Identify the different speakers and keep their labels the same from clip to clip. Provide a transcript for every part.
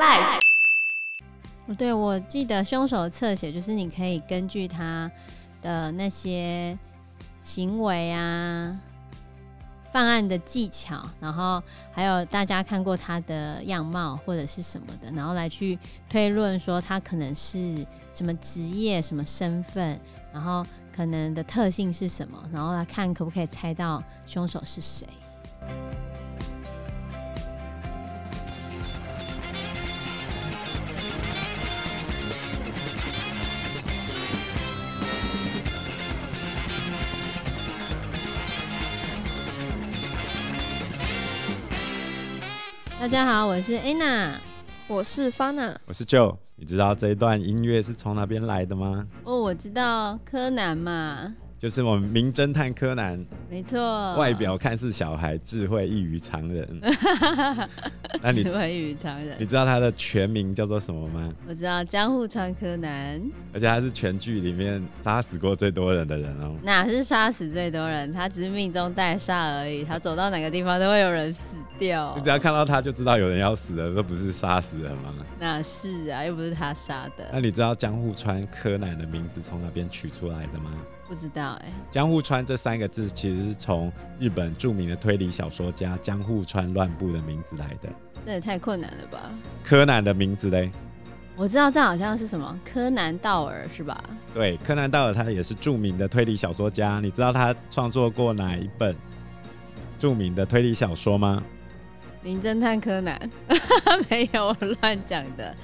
Speaker 1: Life
Speaker 2: 对，我记得凶手侧写就是你可以根据他的那些行为啊、犯案的技巧，然后还有大家看过他的样貌或者是什么的，然后来去推论说他可能是什么职业、什么身份，然后可能的特性是什么，然后来看可不可以猜到凶手是谁。大家好，我是 Anna。
Speaker 3: 我是 Fana，
Speaker 4: 我是 Joe，你知道这一段音乐是从哪边来的吗？
Speaker 2: 哦，我知道柯南嘛，
Speaker 4: 就是我们名侦探柯南，
Speaker 2: 没错，
Speaker 4: 外表看似小孩，智慧异于常人。那你
Speaker 2: 只会与常人
Speaker 4: 你。知道他的全名叫做什么吗？
Speaker 2: 我知道江户川柯南
Speaker 4: 而且他是全剧里面杀死过最多人的人哦。
Speaker 2: 哪是杀死最多人，他只是命中带煞而已。他走到哪个地方都会有人死掉
Speaker 4: 你，只要看到他就知道有人要死了，这不是杀死人吗？
Speaker 2: 哪是啊？又不是他杀的，
Speaker 4: 那你知道江户川柯南的名字从哪边取出来的吗？
Speaker 2: 不知道哎、
Speaker 4: 江户川这三个字其实是从日本著名的推理小说家江户川乱步的名字来的。
Speaker 2: 这也太困难了吧？
Speaker 4: 柯南的名字嘞？
Speaker 2: 我知道这好像是什么柯南道尔是吧？
Speaker 4: 对，柯南道尔他也是著名的推理小说家，你知道他创作过哪一本著名的推理小说吗？
Speaker 2: 名侦探柯南 没有，我乱讲的。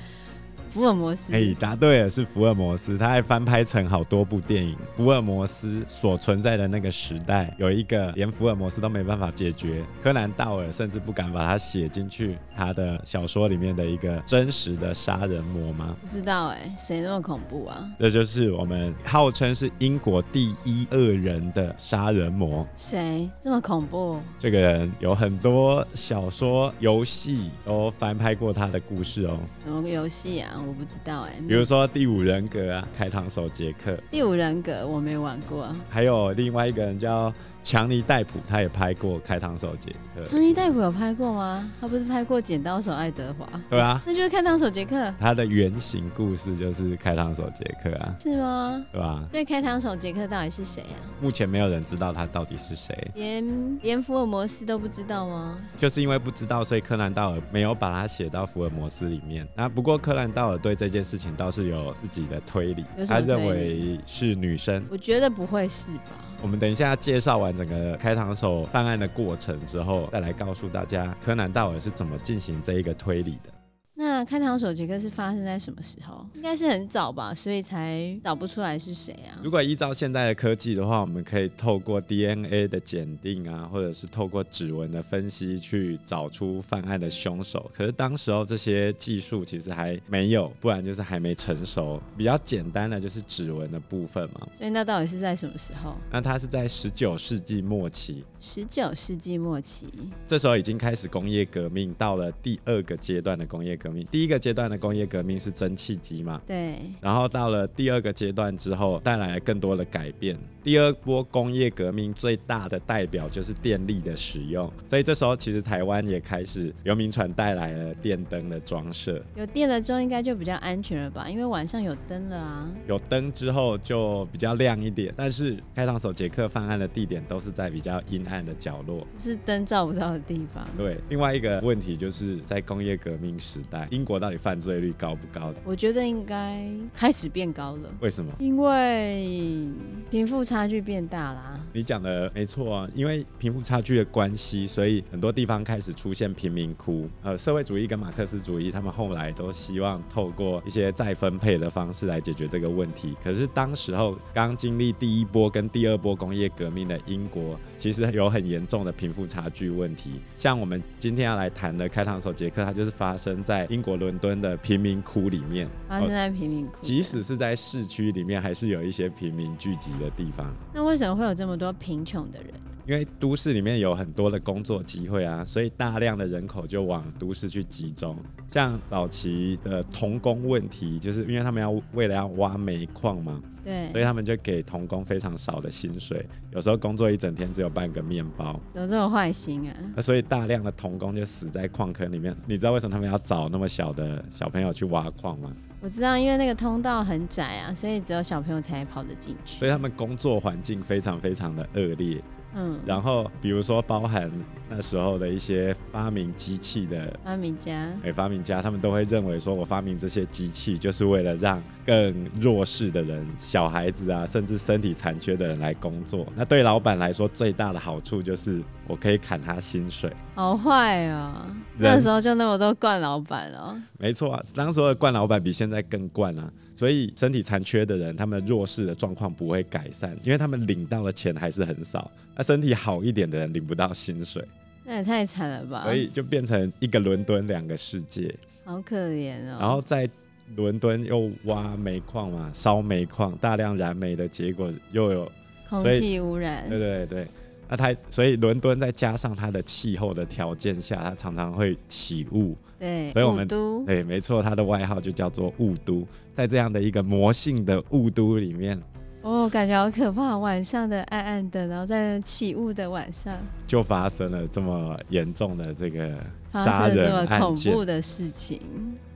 Speaker 2: 福尔摩斯，
Speaker 4: 哎、答对了，是福尔摩斯，他还翻拍成好多部电影。福尔摩斯所存在的那个时代，有一个连福尔摩斯都没办法解决，柯南道尔甚至不敢把它写进去他的小说里面的一个真实的杀人魔吗？
Speaker 2: 不知道哎、谁那么恐怖啊？
Speaker 4: 这就是我们号称是英国第一恶人的杀人魔。
Speaker 2: 谁这么恐怖？
Speaker 4: 这个人有很多小说、游戏都翻拍过他的故事哦，
Speaker 2: 什么游戏啊？我不知道哎、
Speaker 4: 比如说《第五人格》啊，《开膛手杰克》，
Speaker 2: 第五人格我没玩过。
Speaker 4: 还有另外一个人叫强尼戴普，他也拍过《开膛手杰克》，
Speaker 2: 唐尼戴普有拍过吗？他不是拍过《剪刀手爱德华》，
Speaker 4: 对啊，
Speaker 2: 那就是《看到手杰克》
Speaker 4: 他的原型故事就是《开膛手杰克》啊，
Speaker 2: 是吗？
Speaker 4: 对吧？
Speaker 2: 对，开膛手杰克到底是谁啊？
Speaker 4: 目前没有人知道他到底是谁，
Speaker 2: 连连福尔摩斯都不知道吗？
Speaker 4: 就是因为不知道，所以柯南道尔没有把他写到福尔摩斯里面。那不过柯南道尔对这件事情倒是有自己的推理，
Speaker 2: 有什
Speaker 4: 他
Speaker 2: 么
Speaker 4: 认
Speaker 2: 推
Speaker 4: 为
Speaker 2: 理
Speaker 4: 是女生。
Speaker 2: 我觉得不会是吧？
Speaker 4: 我们等一下介绍完整个开膛手犯案的过程之后，再来告诉大家柯南道尔是怎么进行这一个推理的。
Speaker 2: 那开膛手杰克是发生在什么时候？应该是很早吧，所以才找不出来是谁啊
Speaker 4: 如？果依照现在的科技的话，我们可以透过 DNA 的鉴定啊，或者是透过指纹的分析去找出犯案的凶手。可是当时候这些技术其实还没有，不然就是还没成熟。比较简单的就是指纹的部分嘛。
Speaker 2: 所以那到底是在什么时候？
Speaker 4: 那它是在十九世纪末期，
Speaker 2: 十九世纪末期，
Speaker 4: 这时候已经开始工业革命，到了第二个阶段的工业革命。第一个阶段的工业革命是蒸汽机嘛，
Speaker 2: 对，
Speaker 4: 然后到了第二个阶段之后，带来更多的改变。第二波工业革命最大的代表就是电力的使用，所以这时候其实台湾也开始由民传带来了电灯的装设。
Speaker 2: 有电了之后应该就比较安全了吧？因为晚上有灯了啊。
Speaker 4: 有灯之后就比较亮一点，但是开膛手杰克犯案的地点都是在比较阴暗的角落。
Speaker 2: 就是灯照不到的地方。
Speaker 4: 对，另外一个问题就是在工业革命时代，英国到底犯罪率高不高的？
Speaker 2: 我觉得应该开始变高了，
Speaker 4: 为什么？
Speaker 2: 因为贫富差距变大啦。
Speaker 4: 你讲的没错啊，因为贫富差距的关系，所以很多地方开始出现贫民窟。呃，社会主义跟马克思主义，他们后来都希望透过一些再分配的方式来解决这个问题。可是当时候刚经历第一波跟第二波工业革命的英国，其实有很严重的贫富差距问题。像我们今天要来谈的《开膛手杰克》，它就是发生在英国伦敦的贫民窟里面。
Speaker 2: 发生在贫民窟，
Speaker 4: 哦即使是在市区里面，还是有一些贫民聚集的地方。
Speaker 2: 那为什么会有这么多贫穷的人？
Speaker 4: 因为都市里面有很多的工作机会啊，所以大量的人口就往都市去集中。像早期的童工问题，就是因为他们要为了要挖煤矿嘛，所
Speaker 2: 对，
Speaker 4: 以他们就给童工非常少的薪水，有时候工作一整天只有半个面包。
Speaker 2: 怎么这么坏心啊？
Speaker 4: 那所以大量的童工就死在矿坑里面。你知道为什么他们要找那么小的小朋友去挖矿吗？
Speaker 2: 我知道，因为那个通道很窄啊，所以只有小朋友才跑得进去。
Speaker 4: 所以他们工作环境非常非常的恶劣。
Speaker 2: 嗯，
Speaker 4: 然后比如说包含那时候的一些发明机器的。
Speaker 2: 阿米家，
Speaker 4: 诶发明家他们都会认为说，我发明这些机器就是为了让更弱势的人、小孩子啊，甚至身体残缺的人来工作。那对老板来说，最大的好处就是我可以砍他薪水。
Speaker 2: 好坏哦、
Speaker 4: 人
Speaker 2: 那时候就那么多惯老板哦、
Speaker 4: 没错啊，当时候的惯老板比现在更惯啊，所以身体残缺的人，他们弱势的状况不会改善，因为他们领到的钱还是很少。那身体好一点的人领不到薪水，
Speaker 2: 那也太惨了吧
Speaker 4: 所！以就变成一个伦敦两个世界。
Speaker 2: 好可怜哦、
Speaker 4: 然后在伦敦又挖煤矿嘛，烧煤矿，大量燃煤的结果又有，
Speaker 2: 空
Speaker 4: 所以
Speaker 2: 气污染
Speaker 4: 对，对对。那它所以伦敦再加上它的气候的条件下，它常常会起雾，
Speaker 2: 对，
Speaker 4: 所以我
Speaker 2: 雾
Speaker 4: 们
Speaker 2: 都
Speaker 4: 对，没错，它的外号就叫做雾都。在这样的一个魔性的雾都里面，
Speaker 2: 哦，感觉好可怕，晚上的暗暗的，然后在起雾的晚上，
Speaker 4: 就发生了这么严重的这个杀
Speaker 2: 发生了
Speaker 4: 人
Speaker 2: 这么
Speaker 4: 案
Speaker 2: 恐
Speaker 4: 件
Speaker 2: 怖。的事情。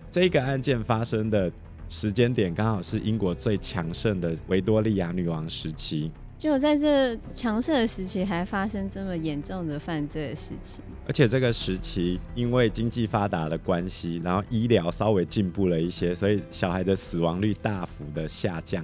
Speaker 4: 这个案件发生的时间点刚好是英国最强盛的维多利亚女王时期，
Speaker 2: 就在这强盛的时期，还发生这么严重的犯罪的事情，
Speaker 4: 而且这个时期因为经济发达的关系，然后医疗稍微进步了一些，所以小孩的死亡率大幅的下降，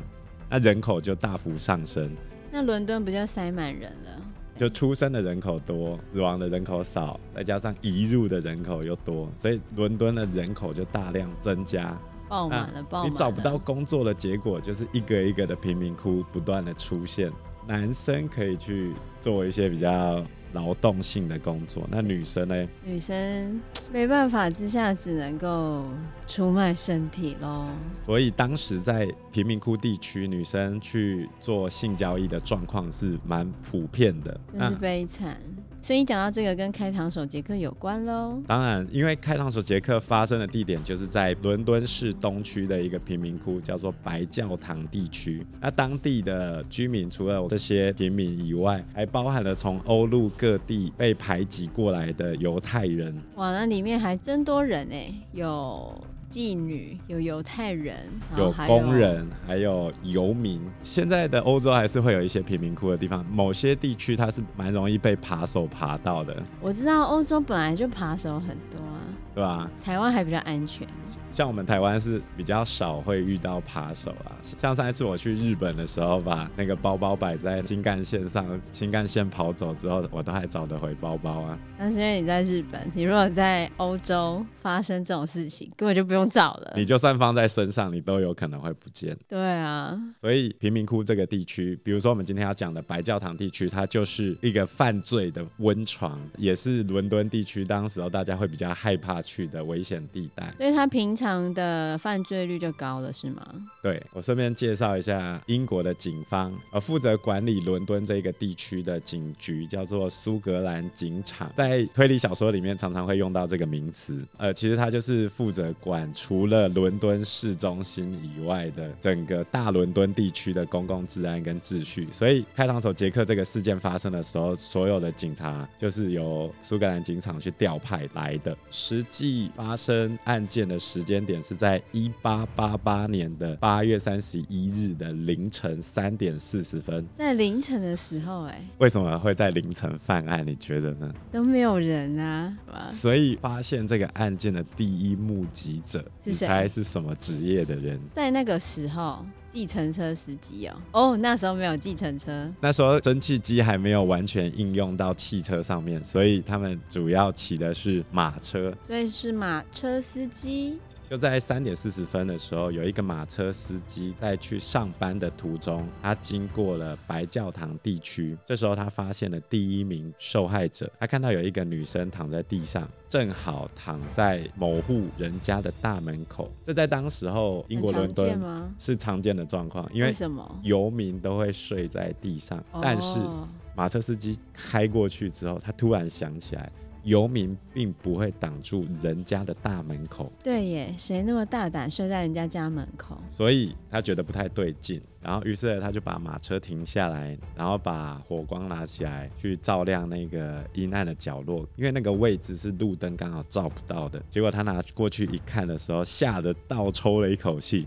Speaker 4: 那人口就大幅上升。
Speaker 2: 那伦敦不就塞满人了？
Speaker 4: 就出生的人口多，死亡的人口少，再加上移入的人口又多，所以伦敦的人口就大量增加。
Speaker 2: 爆满了，爆满了。
Speaker 4: 啊你找不到工作的结果，就是一个一个的贫民窟不断的出现。男生可以去做一些比较劳动性的工作，那女生呢？
Speaker 2: 女生没办法之下，只能够出卖身体喽。
Speaker 4: 所以当时在贫民窟地区，女生去做性交易的状况是蛮普遍的。
Speaker 2: 真
Speaker 4: 那
Speaker 2: 是悲惨。所以你讲到这个跟开膛手杰克有关喽。
Speaker 4: 当然，因为开膛手杰克发生的地点就是在伦敦市东区的一个贫民窟，叫做白教堂地区。那当地的居民除了这些平民以外，还包含了从欧陆各地被排挤过来的犹太人。
Speaker 2: 哇，那里面还真多人哎、有妓女，有犹太人，然后
Speaker 4: 有
Speaker 2: 还
Speaker 4: 工人，啊还有游民。现在的欧洲还是会有一些贫民窟的地方，某些地区它是蛮容易被扒手爬到的，
Speaker 2: 我知道欧洲本来就扒手很多啊，
Speaker 4: 对吧？
Speaker 2: 台湾还比较安全。
Speaker 4: 像我们台湾是比较少会遇到扒手啊，像上一次我去日本的时候，把那个包包摆在新干线上，新干线跑走之后，我都还找得回包包啊。
Speaker 2: 那是因为你在日本，你如果在欧洲发生这种事情，根本就不用找了
Speaker 4: 你。就算放在身上，你都有可能会不见。
Speaker 2: 对啊，
Speaker 4: 所以贫民窟这个地区，比如说我们今天要讲的白教堂地区，它就是一个犯罪的温床，也是伦敦地区当时候大家会比较害怕去的危险地带。
Speaker 2: 所以他平常的犯罪率就高了，是吗？
Speaker 4: 对我顺便介绍一下英国的警方，呃，负责管理伦敦这个地区的警局叫做苏格兰警场，在推理小说里面常常会用到这个名词。呃，其实它就是负责管除了伦敦市中心以外的整个大伦敦地区的公共治安跟秩序。所以开膛手杰克这个事件发生的时候，所有的警察就是由苏格兰警场去调派来的。实际发生案件的时间点是在一八八八年的八月三十一日的凌晨三点四十分。
Speaker 2: 在凌晨的时候、哎，
Speaker 4: 为什么会在凌晨犯案？你觉得呢？
Speaker 2: 都没有人啊，哇
Speaker 4: 所以发现这个案件的第一目击者，
Speaker 2: 是
Speaker 4: 你
Speaker 2: 谁
Speaker 4: 猜是什么职业的人？
Speaker 2: 在那个时候，计程车司机哦，哦，那时候没有计程车，
Speaker 4: 那时候蒸汽机还没有完全应用到汽车上面，所以他们主要骑的是马车。
Speaker 2: 所以是马车司机。
Speaker 4: 就在三点四十分的时候，有一个马车司机在去上班的途中，他经过了白教堂地区。这时候他发现了第一名受害者，他看到有一个女生躺在地上，正好躺在某户人家的大门口。这在当时候英国
Speaker 2: 很
Speaker 4: 伦
Speaker 2: 常见
Speaker 4: 敦
Speaker 2: 吗？
Speaker 4: 是常见的状况，因
Speaker 2: 为
Speaker 4: 为
Speaker 2: 什么？
Speaker 4: 游民都会睡在地上，但是
Speaker 2: 哦
Speaker 4: 马车司机开过去之后，他突然想起来，游民并不会挡住人家的大门口，
Speaker 2: 对耶，谁那么大胆睡在人家家门口？
Speaker 4: 所以他觉得不太对劲。然后，于是他就把马车停下来，然后把火光拿起来去照亮那个阴暗的角落，因为那个位置是路灯刚好照不到的。结果他拿过去一看的时候，吓得倒抽了一口气，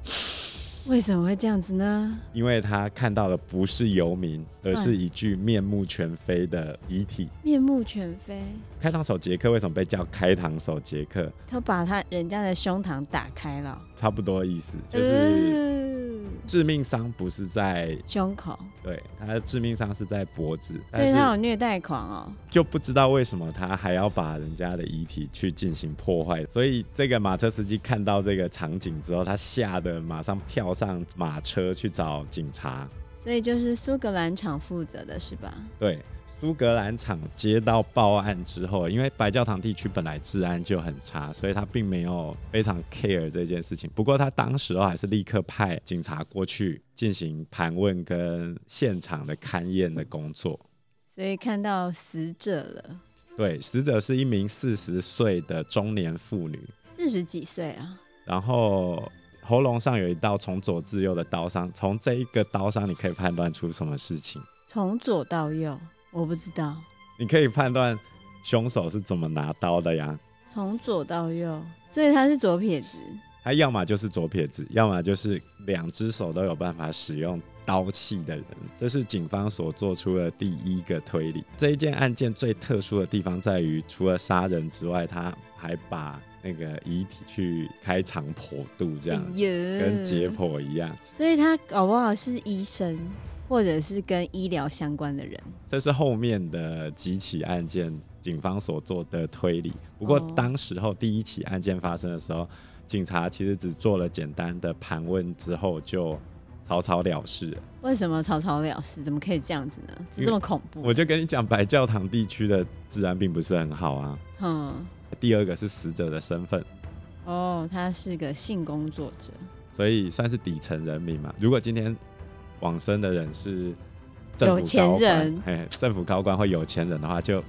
Speaker 2: 为什么会这样子呢？
Speaker 4: 因为他看到的不是游民，而是一具面目全非的遗体。
Speaker 3: 面目全非，
Speaker 4: 开膛手杰克为什么被叫开膛手杰克？
Speaker 2: 他把他人家的胸膛打开了，
Speaker 4: 差不多意
Speaker 2: 嗯
Speaker 4: 思，就是
Speaker 3: 呃
Speaker 4: 致命伤不是在
Speaker 2: 胸口，
Speaker 4: 对他的致命伤是在脖子，
Speaker 2: 所
Speaker 4: 但
Speaker 2: 以他有
Speaker 4: 是
Speaker 2: 虐待狂哦。
Speaker 4: 就不知道为什么他还要把人家的遗体去进行破坏。所以这个马车司机看到这个场景之后，他吓得马上跳上马车去找警察。
Speaker 2: 所以就是苏格兰场负责的是吧？
Speaker 4: 对，苏格兰场接到报案之后，因为白教堂地区本来治安就很差，所以他并没有非常 care 这件事情。不过他当时候还是立刻派警察过去进行盘问跟现场的勘验的工作。
Speaker 2: 所以看到死者了，
Speaker 4: 对，死者是一名四十岁的中年妇女，
Speaker 2: 四十几岁啊，
Speaker 4: 然后喉咙上有一道从左至右的刀伤，从这一个刀伤你可以判断出什么事情，
Speaker 2: 从左到右，我不知道，
Speaker 4: 你可以判断凶手是怎么拿刀的呀。
Speaker 2: 从左到右，所以他是左撇子，
Speaker 4: 他要么就是左撇子，要么就是两只手都有办法使用刀器的人。这是警方所做出的第一个推理。这一件案件最特殊的地方在于，除了杀人之外，他还把那个遗体去开肠破肚，这样、
Speaker 2: 哎
Speaker 4: 跟解剖一样。
Speaker 2: 所以他搞不好是医生，或者是跟医疗相关的人。
Speaker 4: 这是后面的几起案件警方所做的推理。不过
Speaker 2: 哦
Speaker 4: 当时候第一起案件发生的时候，警察其实只做了简单的盘问之后就草草了事了。
Speaker 2: 为什么草草了事？怎么可以这样子呢？这么恐怖？
Speaker 4: 我就跟你讲，白教堂地区的治安并不是很好啊。
Speaker 2: 嗯，
Speaker 4: 第二个是死者的身份，
Speaker 2: 哦，他是个性工作者，
Speaker 4: 所以算是底层人民嘛。如果今天往生的人是政府
Speaker 2: 有钱
Speaker 4: 高官
Speaker 2: 人
Speaker 4: 嘿，政府高官或有钱人的话，就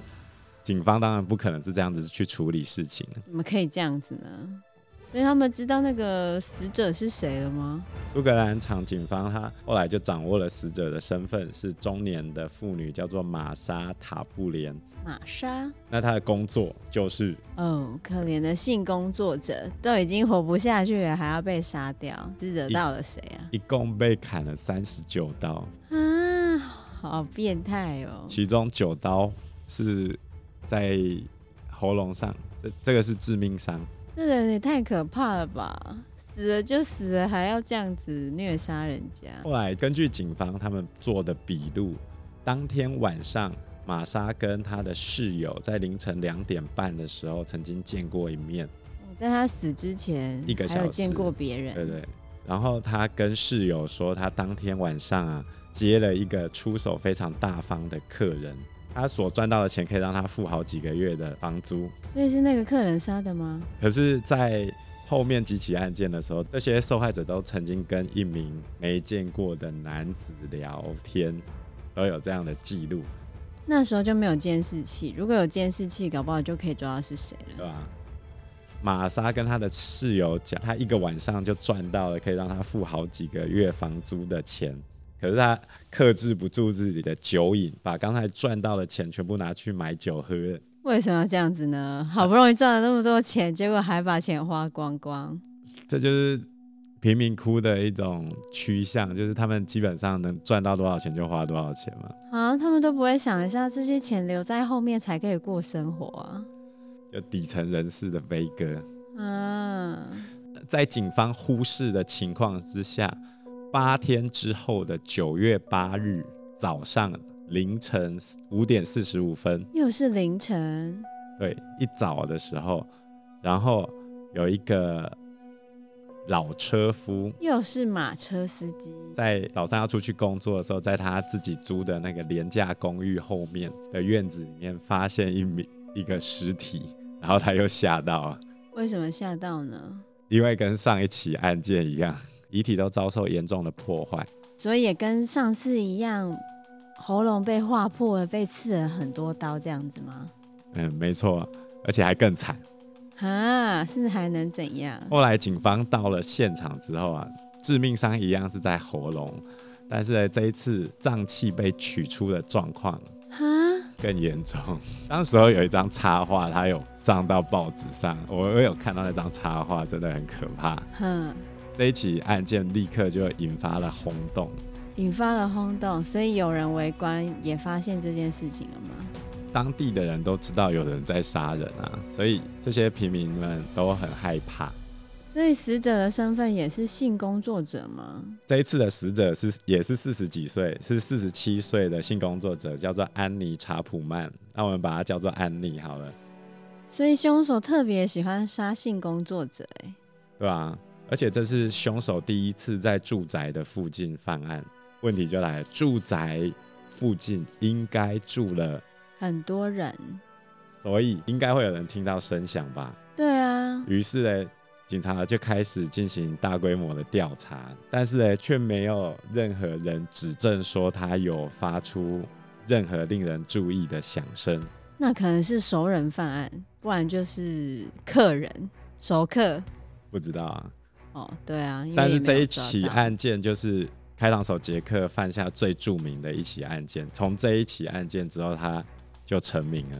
Speaker 4: 警方当然不可能是这样子去处理事情。
Speaker 2: 怎么可以这样子呢？所以他们知道那个死者是谁了吗？
Speaker 4: 苏格兰场警方他后来就掌握了死者的身份，是中年的妇女，叫做玛莎·塔布连。
Speaker 2: 玛莎。
Speaker 4: 那她的工作就是
Speaker 2: 哦，可怜的性工作者都已经活不下去了，还要被杀掉，是惹到了谁啊？
Speaker 4: 一共被砍了三十九刀，
Speaker 2: 啊，好变态哦！
Speaker 4: 其中九刀是在喉咙上，这这个是致命伤。
Speaker 2: 这人也太可怕了吧！死了就死了，还要这样子虐杀人家，
Speaker 4: 后来根据警方他们做的笔录，当天晚上玛莎跟她的室友在凌晨两点半的时候曾经见过一面，
Speaker 2: 我在他死之前
Speaker 4: 一个小时
Speaker 2: 还有见过别人，
Speaker 4: 对对。然后她跟室友说，她当天晚上啊接了一个出手非常大方的客人，她所赚到的钱可以让她付好几个月的房租。
Speaker 2: 所以是那个客人杀的吗？
Speaker 4: 可是，在后面几起案件的时候，这些受害者都曾经跟一名没见过的男子聊天，都有这样的记录，
Speaker 2: 那时候就没有监视器，如果有监视器，搞不好就可以抓到是谁
Speaker 4: 对
Speaker 2: 了。
Speaker 4: 吧？玛莎跟她的室友讲，她一个晚上就赚到了可以让她付好几个月房租的钱，可是她克制不住自己的酒瘾，把刚才赚到的钱全部拿去买酒喝了
Speaker 2: 为什么要这样子呢？好不容易赚了那么多钱，结果还把钱花光光。
Speaker 4: 这就是贫民窟的一种趋向，就是他们基本上能赚到多少钱就花多少钱嘛。
Speaker 2: 啊，他们都不会想一下，这些钱留在后面才可以过生活啊！
Speaker 4: 就底层人士的悲歌。
Speaker 2: 啊，
Speaker 4: 在警方忽视的情况之下，八天之后的九月八日早上凌晨五点四十五分，
Speaker 2: 又是凌晨，
Speaker 4: 对，一早的时候，然后有一个老车夫
Speaker 2: 又是马车司机，
Speaker 4: 在早上要出去工作的时候，在他自己租的那个廉价公寓后面的院子里面发现一名一个尸体，然后他又吓到了。
Speaker 2: 为什么吓到呢？
Speaker 4: 因为跟上一起案件 一样，遗体都遭受严重的破坏。
Speaker 2: 所以也跟上次一样，喉咙被划破了，被刺了很多刀这样子吗？
Speaker 4: 嗯，没错，而且还更惨。
Speaker 2: 啊，是还能怎样？
Speaker 4: 后来警方到了现场之后啊，致命伤一样是在喉咙，但是呢，这一次脏器被取出的状况
Speaker 2: 啊，
Speaker 4: 更严重。 当时候有一张插画，它有上到报纸上，我我有看到那张插画，真的很可怕。
Speaker 2: 哼，
Speaker 4: 这一起案件立刻就引发了轰动。
Speaker 2: 引发了轰动，所以有人围观也发现这件事情了吗？
Speaker 4: 当地的人都知道有人在杀人啊，所以这些平民们都很害怕。
Speaker 2: 所以死者的身份也是性工作者吗？
Speaker 4: 这一次的死者是也是四十几岁，是四十七岁的性工作者，叫做安妮·查普曼。那我们把她叫做安妮好了，
Speaker 2: 所以凶手特别喜欢杀性工作者、欸，
Speaker 4: 对吧、而且这是凶手第一次在住宅的附近犯案。问题就来了，住宅附近应该住了，
Speaker 2: 很多人。
Speaker 4: 所以应该会有人听到声响吧？
Speaker 2: 对啊，
Speaker 4: 于是呢，警察就开始进行大规模的调查，但是呢，却没有任何人指证说他有发出任何令人注意的响声。
Speaker 2: 那可能是熟人犯案，不然就是客人熟客。
Speaker 4: 不知道啊，
Speaker 2: 哦，对啊，因为
Speaker 4: 但
Speaker 2: 也
Speaker 4: 是
Speaker 2: 没
Speaker 4: 这
Speaker 2: 有
Speaker 4: 一
Speaker 2: 抓
Speaker 4: 起
Speaker 2: 到，
Speaker 4: 案件就是开朗手杰克犯下最著名的一起案件。从这一起案件之后，他就成名了。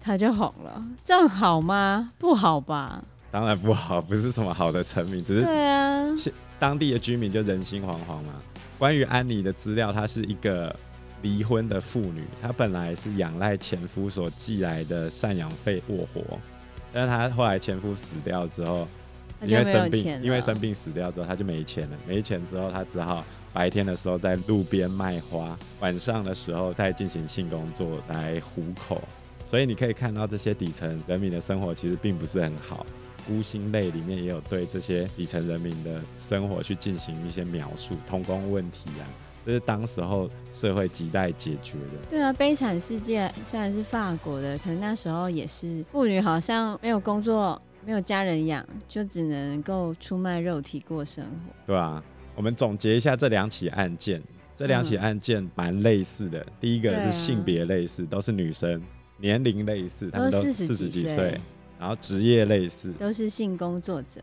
Speaker 2: 他就红了，这样好吗？不好吧？
Speaker 4: 当然不好，不是什么好的成名，只是
Speaker 2: 对啊，
Speaker 4: 当地的居民就人心惶惶嘛。关于安妮的资料，她是一个离婚的妇女，她本来是仰赖前夫所寄来的赡养费过活，但是她后来前夫死掉之后，
Speaker 2: 他
Speaker 4: 因
Speaker 2: 就
Speaker 4: 为
Speaker 2: 没有钱
Speaker 4: 生
Speaker 2: 了，
Speaker 4: 病，因为生病死掉之后，她就没钱了，没钱之后，她只好白天的时候在路边卖花，晚上的时候再进行性工作来糊口。所以你可以看到这些底层人民的生活其实并不是很好。孤星类里面也有对这些底层人民的生活去进行一些描述，童工问题啊，这是当时候社会亟待解决的。
Speaker 2: 对啊，悲惨世界虽然是法国的，可能那时候也是妇女好像没有工作，没有家人养，就只能够出卖肉体过生活。
Speaker 4: 对啊，我们总结一下这两起案件，这两起案件蛮类似的。第一个
Speaker 2: 对
Speaker 4: 是
Speaker 2: 啊
Speaker 4: 性别类似，都是女生，年龄类似，她们
Speaker 2: 都
Speaker 4: 都
Speaker 2: 是
Speaker 4: 四十
Speaker 2: 40
Speaker 4: 几
Speaker 2: 岁
Speaker 4: 岁，然后职业类似，
Speaker 2: 都是性工作者，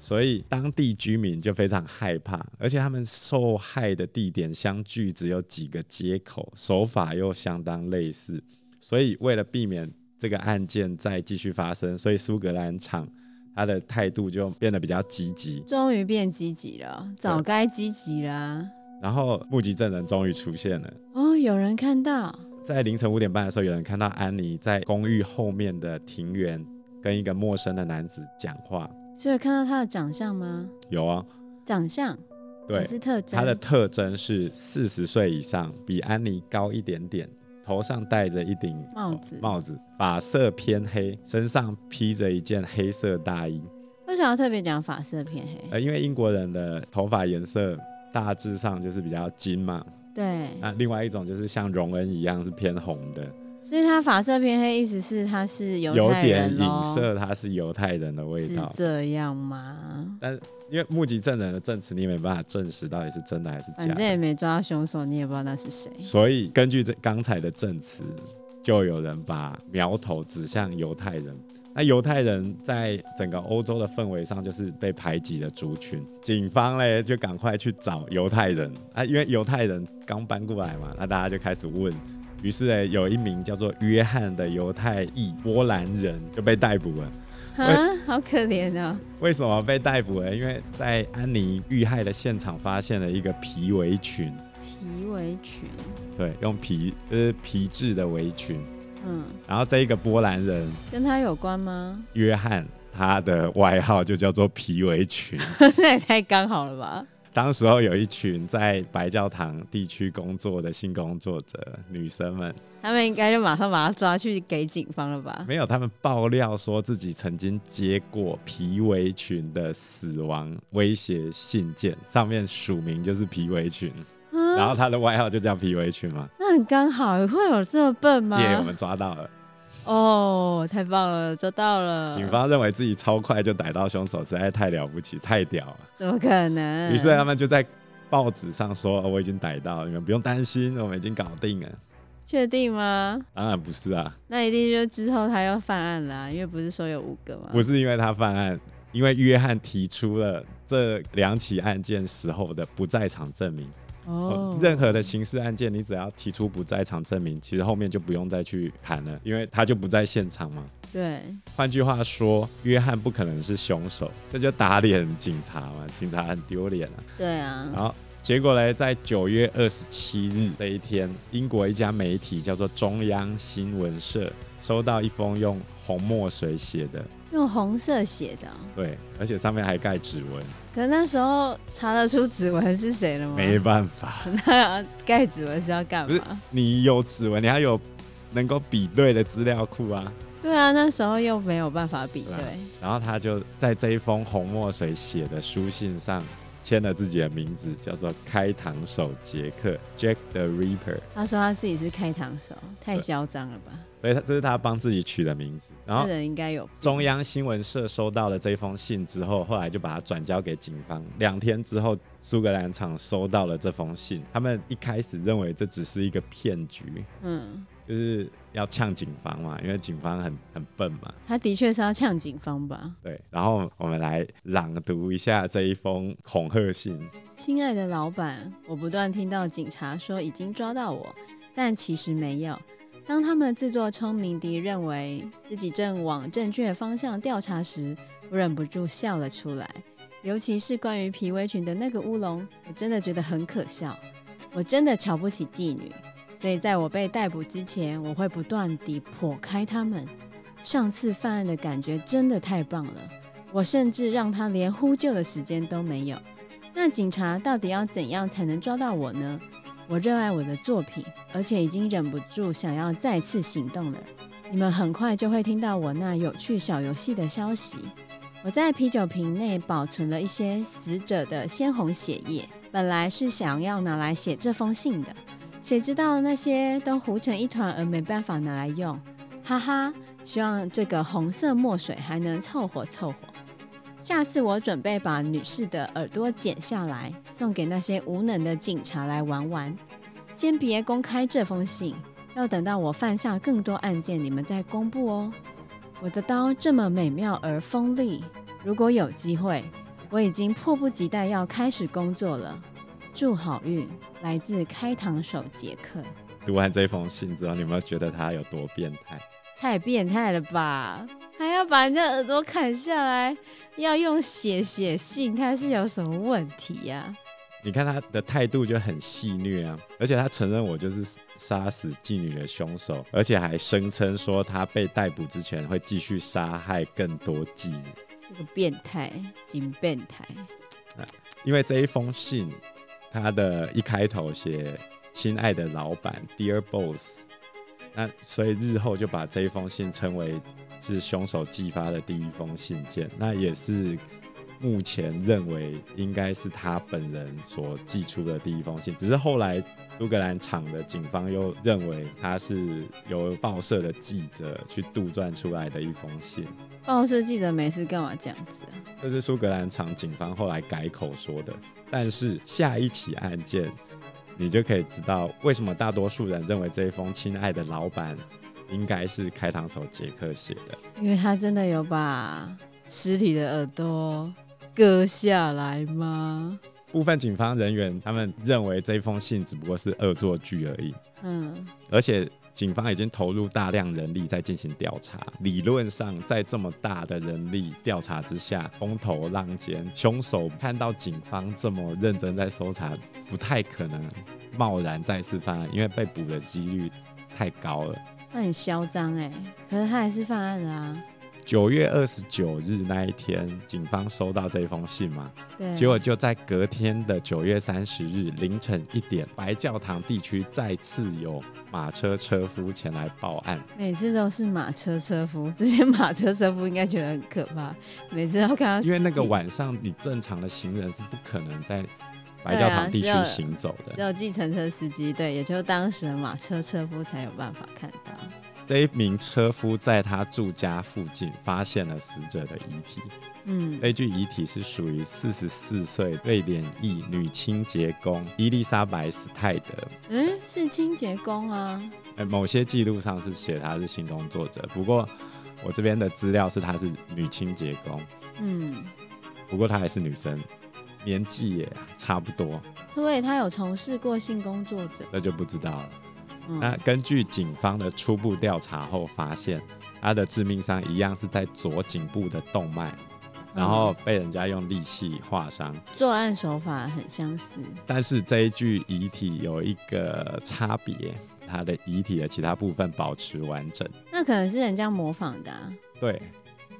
Speaker 4: 所以当地居民就非常害怕，而且他们受害的地点相距只有几个街口，手法又相当类似，所以为了避免这个案件再继续发生，所以苏格兰场他的态度就变得比较积极，
Speaker 2: 终于变积极了，早该积极啦、
Speaker 4: 然后目击证人终于出现了。
Speaker 2: 哦，有人看到，
Speaker 4: 在凌晨五点半的时候，有人看到安妮在公寓后面的庭园跟一个陌生的男子讲话，
Speaker 2: 所以看到他的长相吗？
Speaker 4: 有哦，
Speaker 2: 长相
Speaker 4: 对
Speaker 2: 还，是特征？
Speaker 4: 它的特征是四十岁以上，比安妮高一点点，头上戴着一顶
Speaker 2: 帽子
Speaker 4: 哦帽子，发色偏黑，身上披着一件黑色大衣。
Speaker 2: 为什么要特别讲发色偏黑？
Speaker 4: 呃，因为英国人的头发颜色大致上就是比较金嘛，
Speaker 2: 嗯对，
Speaker 4: 那另外一种就是像荣恩一样是偏红的，
Speaker 2: 所以他发色偏黑，意思是他是犹
Speaker 4: 有
Speaker 2: 太
Speaker 4: 点
Speaker 2: 人咯
Speaker 4: 影射他是犹太人的味
Speaker 2: 是
Speaker 4: 道。
Speaker 2: 这样吗？
Speaker 4: 因为目击证人的证词，你也没办法证实到底是真的还是假
Speaker 2: 反
Speaker 4: 的。
Speaker 2: 正也没抓到凶手，你也不知道那是谁。
Speaker 4: 所以根据这刚才的证词，就有人把苗头指向犹太人。那犹太人在整个欧洲的氛围上就是被排挤的族群，警方嘞就赶快去找犹太人啊，因为犹太人刚搬过来嘛，那大家就开始问。于是呢，有一名叫做约翰的犹太裔波兰人就被逮捕了。
Speaker 2: 啊，好可怜哦！
Speaker 4: 为什么被逮捕了？因为在安妮遇害的现场发现了一个皮围裙，
Speaker 2: 皮围裙，
Speaker 4: 对，用皮就是皮质的围裙，
Speaker 2: 嗯，
Speaker 4: 然后这一个波兰人
Speaker 2: 跟他有关吗？
Speaker 4: 约翰，他的外号就叫做皮围裙。
Speaker 2: 那也太刚好了吧？
Speaker 4: 当时候有一群在白教堂地区工作的性工作者女生们，
Speaker 2: 他们应该就马上把他抓去给警方了吧？
Speaker 4: 没有他们爆料说自己曾经接过皮围裙的死亡威胁信件，上面署名就是皮围裙，然
Speaker 2: 啊，
Speaker 4: 后他的外号就叫皮围裙嘛。
Speaker 2: 那很刚好，会有这么笨吗？
Speaker 4: 耶，我们抓到了！
Speaker 2: 哦，太棒了，抓到了！
Speaker 4: 警方认为自己超快就逮到凶手，实在太了不起，太屌了。
Speaker 2: 怎么可能？
Speaker 4: 于是他们就在啊报纸上说、哦我已经逮到，你们不用担心，我们已经搞定了。
Speaker 2: 确定吗？
Speaker 4: 当然不是啊，
Speaker 2: 那一定就之后他要犯案啦，因为不是说有五个吗？
Speaker 4: 不是因为他犯案，因为约翰提出了这两起案件时候的不在场证明。
Speaker 2: 哦
Speaker 4: 哦，，任何的刑事案件，你只要提出不在场证明，其实后面就不用再去谈了，因为他就不在现场嘛。
Speaker 2: 对，
Speaker 4: 换句话说，约翰不可能是凶手，这就打脸警察嘛，警察很丢脸啊。
Speaker 5: 对啊，
Speaker 4: 然后结果嘞，在九月二十七日这一天，英国一家媒体叫做中央新闻社收到一封用红墨水写的，
Speaker 5: 用红色写的哦、
Speaker 4: 对，而且上面还盖指纹，
Speaker 2: 可那时候查得出指纹是谁了吗？
Speaker 4: 没办法，
Speaker 2: 那 盖指纹是要干
Speaker 4: 不是
Speaker 2: 嘛？
Speaker 4: 你有指纹，你还有能够比对的资料库啊。
Speaker 2: 对啊，那时候又没有办法比
Speaker 4: 对啊
Speaker 2: 对，
Speaker 4: 然后他就在这一封红墨水写的书信上签了自己的名字，叫做开膛手杰克 （Jack the Ripper）。
Speaker 2: 他说他自己是开膛手，太
Speaker 4: 对
Speaker 2: 嚣张了吧？
Speaker 4: 所以他这是他帮自己取的名字。然
Speaker 2: 这
Speaker 4: 后
Speaker 2: 人应该有
Speaker 4: 中央新闻社收到了这封信之后，后来就把它转交给警方。两天之后，苏格兰场收到了这封信，他们一开始认为这只是一个骗局，
Speaker 2: 嗯，
Speaker 4: 就是要呛警方嘛，因为警方很很笨嘛。
Speaker 2: 他的确是要呛警方吧？
Speaker 4: 对，然后我们来朗读一下这一封恐吓信。
Speaker 2: 亲爱的老板，我不断听到警察说已经抓到我，但其实没有。当他们自作聪明地认为自己正往正确方向调查时，我忍不住笑了出来。尤其是关于皮围裙的那个乌龙，我真的觉得很可笑。我真的瞧不起妓女，所以在我被逮捕之前，我会不断地破开他们。上次犯案的感觉真的太棒了，我甚至让他连呼救的时间都没有。那警察到底要怎样才能抓到我呢？我热爱我的作品，而且已经忍不住想要再次行动了。你们很快就会听到我那有趣小游戏的消息。我在啤酒瓶内保存了一些死者的鲜红血液，本来是想要拿来写这封信的，谁知道那些都糊成一团而没办法拿来用，哈哈！希望这个红色墨水还能凑合凑合。下次我准备把女士的耳朵剪下来，送给那些无能的警察来玩玩。先别公开这封信，要等到我犯下更多案件，你们再公布哦。我的刀这么美妙而锋利，如果有机会，我已经迫不及待要开始工作了。祝好运，来自开膛手杰克。
Speaker 4: 读完这封信之后，你有没有觉得他有多变态？
Speaker 2: 太变态了吧！还要把人家耳朵砍下来，要用血写信，他是有什么问题呀、
Speaker 4: 你看他的态度就很戏谑啊，而且他承认我就是杀死妓女的凶手，而且还声称说他被逮捕之前会继续杀害更多妓女。
Speaker 2: 这个变态，真变态！
Speaker 4: 因为这一封信，他的一开头写“亲爱的老板 ”（Dear Boss），那所以日后就把这一封信称为是凶手寄发的第一封信件，那也是目前认为应该是他本人所寄出的第一封信。只是后来苏格兰场的警方又认为他是由报社的记者去杜撰出来的一封信，
Speaker 2: 报社记者没事干嘛这样子啊？
Speaker 4: 这是苏格兰场警方后来改口说的。但是下一起案件，你就可以知道为什么大多数人认为这一封“亲爱的老板”应该是开膛手杰克写的。
Speaker 2: 因为他真的有把尸体的耳朵割下来吗？
Speaker 4: 部分警方人员他们认为这封信只不过是恶作剧而已，
Speaker 2: 嗯，
Speaker 4: 而且警方已经投入大量人力在进行调查。理论上，在这么大的人力调查之下，风头浪尖，凶手看到警方这么认真在搜查，不太可能贸然再次犯案，因为被捕的几率太高了。
Speaker 2: 那很嚣张哎，可是他还是犯案了啊。
Speaker 4: 九月二十九日那一天，警方收到这封信吗？
Speaker 2: 对，啊
Speaker 4: 结果就在隔天的九月三十日凌晨一点，白教堂地区再次有马车车夫前来报案。
Speaker 2: 每次都是马车车夫，这些马车车夫应该觉得很可怕，每次都看到
Speaker 4: 因为那个
Speaker 2: 尸体
Speaker 4: 晚上你正常的行人是不可能在白教堂
Speaker 2: 对
Speaker 4: 地区
Speaker 2: 啊只有
Speaker 4: 行走
Speaker 2: 只
Speaker 4: 的。
Speaker 2: 有计程车司机，对，也就当时的马车车夫才有办法看到。
Speaker 4: 这一名车夫在他住家附近发现了死者的遗体。
Speaker 3: 嗯，
Speaker 4: 这具遗体是属于四十四岁瑞典裔女清洁工伊丽莎白·斯泰德。
Speaker 3: 嗯，是清洁工啊，
Speaker 4: 呃，某些记录上是写她是性工作者，不过我这边的资料是她是女清洁工，
Speaker 3: 嗯，
Speaker 4: 不过她还是女生，年纪也差不多，
Speaker 3: 所以他有从事过性工作者，
Speaker 4: 这就不知道了。那
Speaker 3: 嗯，
Speaker 4: 根据警方的初步调查后发现，她的致命伤一样是在左颈部的动脉，然后被人家用利器划伤。
Speaker 3: 嗯作案手法很相似，
Speaker 4: 但是这一具遗体有一个差别，她的遗体的其他部分保持完整。
Speaker 3: 那可能是人家模仿的、啊，
Speaker 4: 对，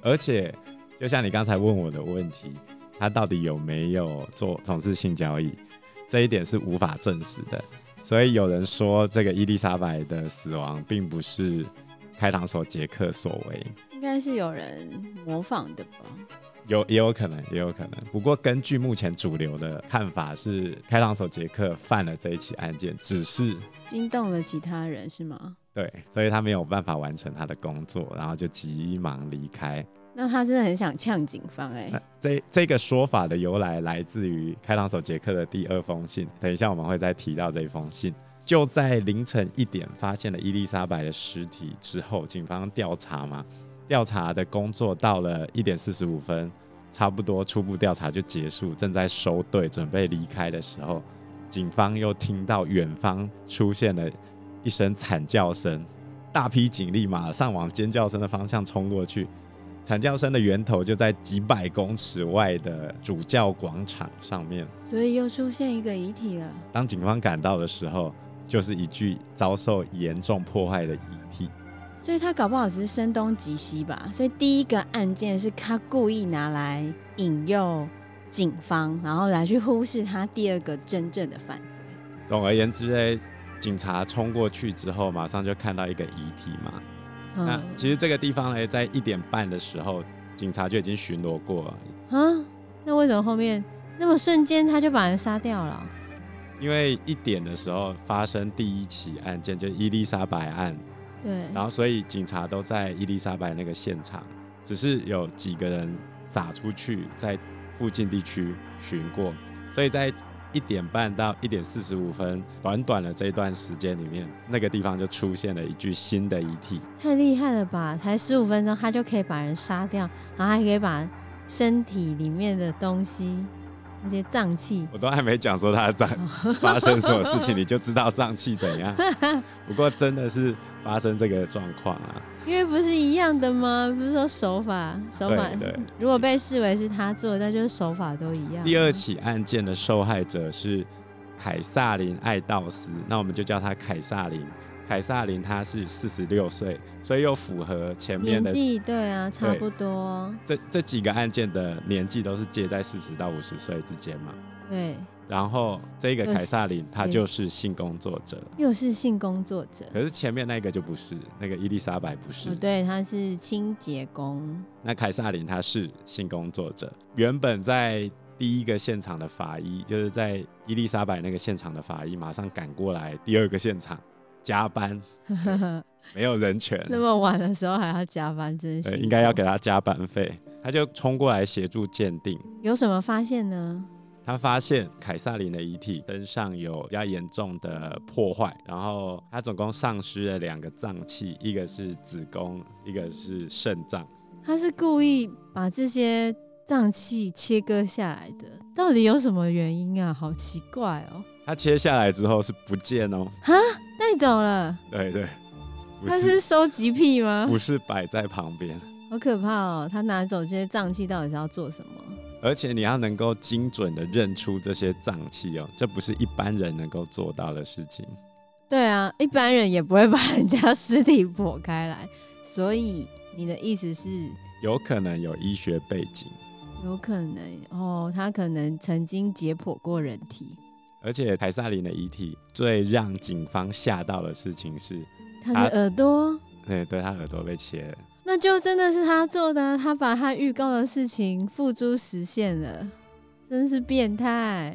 Speaker 4: 而且就像你刚才问我的问题，他到底有没有做从事性交易，这一点是无法证实的。所以有人说，这个伊丽莎白的死亡并不是开膛手杰克所为，
Speaker 3: 应该是有人模仿的吧？
Speaker 4: 有也有可能，也有可能。不过根据目前主流的看法是，开膛手杰克犯了这一起案件，只是
Speaker 3: 惊动了其他人是吗？
Speaker 4: 对，所以他没有办法完成他的工作，然后就急忙离开。
Speaker 3: 那他真的很想呛警方哎、
Speaker 4: 那这这个说法的由来来自于开朗手杰克的第二封信，等一下我们会再提到这一封信。就在凌晨一点发现了伊丽莎白的尸体之后，警方调查嘛，调查的工作到了一点四十五分，差不多初步调查就结束，正在收队准备离开的时候，警方又听到远方出现了一声惨叫声，大批警力马上往尖叫声的方向冲过去，惨叫声的源头就在几百公尺外的主教广场上面。
Speaker 3: 所以又出现一个遗体了。
Speaker 4: 当警方赶到的时候，就是一具遭受严重破坏的遗体。
Speaker 3: 所以他搞不好只是声东击西吧。所以第一个案件是他故意拿来引诱警方，然后来去忽视他第二个真正的犯罪。
Speaker 4: 总而言之，诶，警察冲过去之后，马上就看到一个遗体嘛。那
Speaker 3: 嗯，
Speaker 4: 其实这个地方呢，在一点半的时候，警察就已经巡逻过了，
Speaker 2: 啊，那为什么后面那么瞬间他就把人杀掉了？
Speaker 4: 因为一点的时候发生第一起案件，就是伊丽莎白案，
Speaker 2: 对，
Speaker 4: 然后所以警察都在伊丽莎白那个现场，只是有几个人撒出去在附近地区巡过，所以在一点半到一点四十五分，短短的这一段时间里面，那个地方就出现了一具新的遗体。
Speaker 2: 太厉害了吧！才十五分钟，他就可以把人杀掉，然后还可以把身体里面的东西那些脏器，
Speaker 4: 我都还没讲说他在发生什么事情，你就知道上气怎样。不过真的是发生这个状况啊，
Speaker 2: 因为不是一样的吗？不是说手法手法
Speaker 4: 对，对。
Speaker 2: 如果被视为是他做的，那就是手法都一样。
Speaker 4: 第二起案件的受害者是凯撒琳·艾道斯，那我们就叫她凯撒琳。凯撒琳她是四十六岁，所以又符合前面
Speaker 2: 年
Speaker 4: 的
Speaker 2: 纪对啊，差不多
Speaker 4: 这这几个案件的年纪都是介在四十到五十岁之间嘛。
Speaker 2: 对，
Speaker 4: 然后这个
Speaker 2: 又是
Speaker 4: 凯撒琳她就是性工作者，
Speaker 2: 又是性工作者。
Speaker 4: 可是前面那个就不是，那个伊丽莎白不是
Speaker 2: 哦，。对，他是清洁工，
Speaker 4: 那凯撒琳她是性工作者，原本在第一个现场的法医，就是在伊丽莎白那个现场的法医，马上赶过来第二个现场 加班，没有人权，
Speaker 2: 那么晚的时候还要加班，真
Speaker 4: 对
Speaker 2: 是
Speaker 4: 应该要给他加班费，他就冲过来协助鉴定。
Speaker 2: 有什么发现呢？
Speaker 4: 他发现凯撒琳的遗体身上有比较严重的破坏，然后他总共丧失了两个脏器，一个是子宫，一个是肾脏。
Speaker 2: 他是故意把这些脏器切割下来的，到底有什么原因啊？好奇怪哦，
Speaker 4: 他切下来之后是不见哦，
Speaker 2: 带走了，
Speaker 4: 对对，不
Speaker 2: 他是收集癖吗？
Speaker 4: 不是摆在旁边，
Speaker 2: 好可怕哦，他拿走这些脏器到底是要做什么？
Speaker 4: 而且你要能够精准的认出这些脏器哦，这不是一般人能够做到的事情。
Speaker 2: 对啊，一般人也不会把人家尸体剖开来，所以你的意思是
Speaker 4: 有可能有医学背景，
Speaker 2: 有可能哦，他可能曾经解剖过人体，
Speaker 4: 而且凯撒琳的遗体最让警方吓到的事情是，
Speaker 2: 他
Speaker 4: 啊
Speaker 2: 的耳朵。
Speaker 4: 对，对他耳朵被切了。
Speaker 2: 那就真的是他做的啊，他把他预告的事情付诸实现了，真是变态。